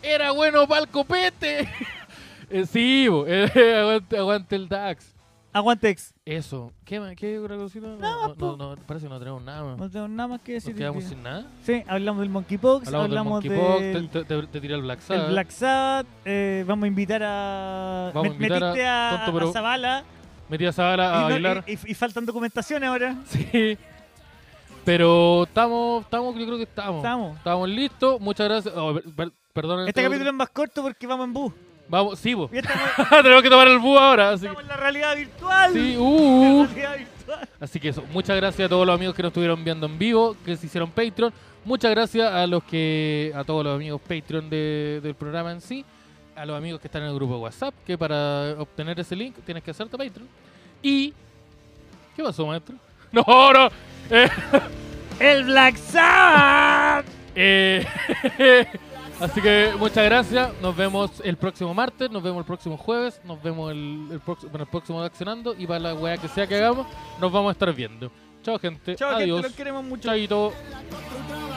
Speaker 1: Era bueno para el copete. <laughs> Eh, sí, bo, eh, <laughs> aguante, aguante el DAX.
Speaker 2: Aguantex.
Speaker 1: Eso. ¿Qué más? ¿Qué otra cosita? No, no,
Speaker 2: po.
Speaker 1: no, no, parece que no tenemos nada más.
Speaker 2: No tengo nada más que decir.
Speaker 1: Nos quedamos sin nada.
Speaker 2: Sí, hablamos del monkeypox,
Speaker 1: Hablamos,
Speaker 2: hablamos,
Speaker 1: del monkeypox,
Speaker 2: del
Speaker 1: te, te- te- te tiré el Black
Speaker 2: del
Speaker 1: Sabbath.
Speaker 2: Black Sabbath, eh, vamos a invitar a...
Speaker 1: Vamos a
Speaker 2: me-
Speaker 1: invitar a-
Speaker 2: metiste a,
Speaker 1: tonto,
Speaker 2: a
Speaker 1: pero-
Speaker 2: Zavala
Speaker 1: Metí a Zabala a
Speaker 2: y, no- eh,
Speaker 1: bailar.
Speaker 2: y- y- y faltan documentaciones ahora.
Speaker 1: <laughs> Sí. Pero estamos, estamos, yo creo que estamos.
Speaker 2: Estamos.
Speaker 1: listos. Muchas gracias. Oh, per- per- perdonen
Speaker 2: Este
Speaker 1: todo-
Speaker 2: capítulo es más corto porque vamos en bus.
Speaker 1: Vamos, sí, bo.
Speaker 2: Y estamos,
Speaker 1: <laughs> Tenemos que tomar el bus ahora. Así,
Speaker 2: estamos en la realidad virtual.
Speaker 1: sí, uh, uh.
Speaker 2: La realidad virtual.
Speaker 1: así que eso. Muchas gracias a todos los amigos que nos estuvieron viendo en vivo, que se hicieron Patreon. Muchas gracias a los que, a todos los amigos Patreon de- del programa en sí, a los amigos que están en el grupo de WhatsApp, que para obtener ese link tienes que hacerte Patreon. Y ¿qué pasó, maestro? <laughs> No, no. Eh, <laughs>
Speaker 2: ¡El Black Sabbath!
Speaker 1: eh, <laughs> así que muchas gracias. Nos vemos el próximo martes, nos vemos el próximo jueves, nos vemos el, el prox- bueno, el próximo de accionando y para la weá que sea que hagamos, nos vamos a estar viendo. Chao gente,
Speaker 2: Chao, gente,
Speaker 1: adiós.
Speaker 2: los queremos mucho.
Speaker 1: Chaito.
Speaker 7: Contra un drama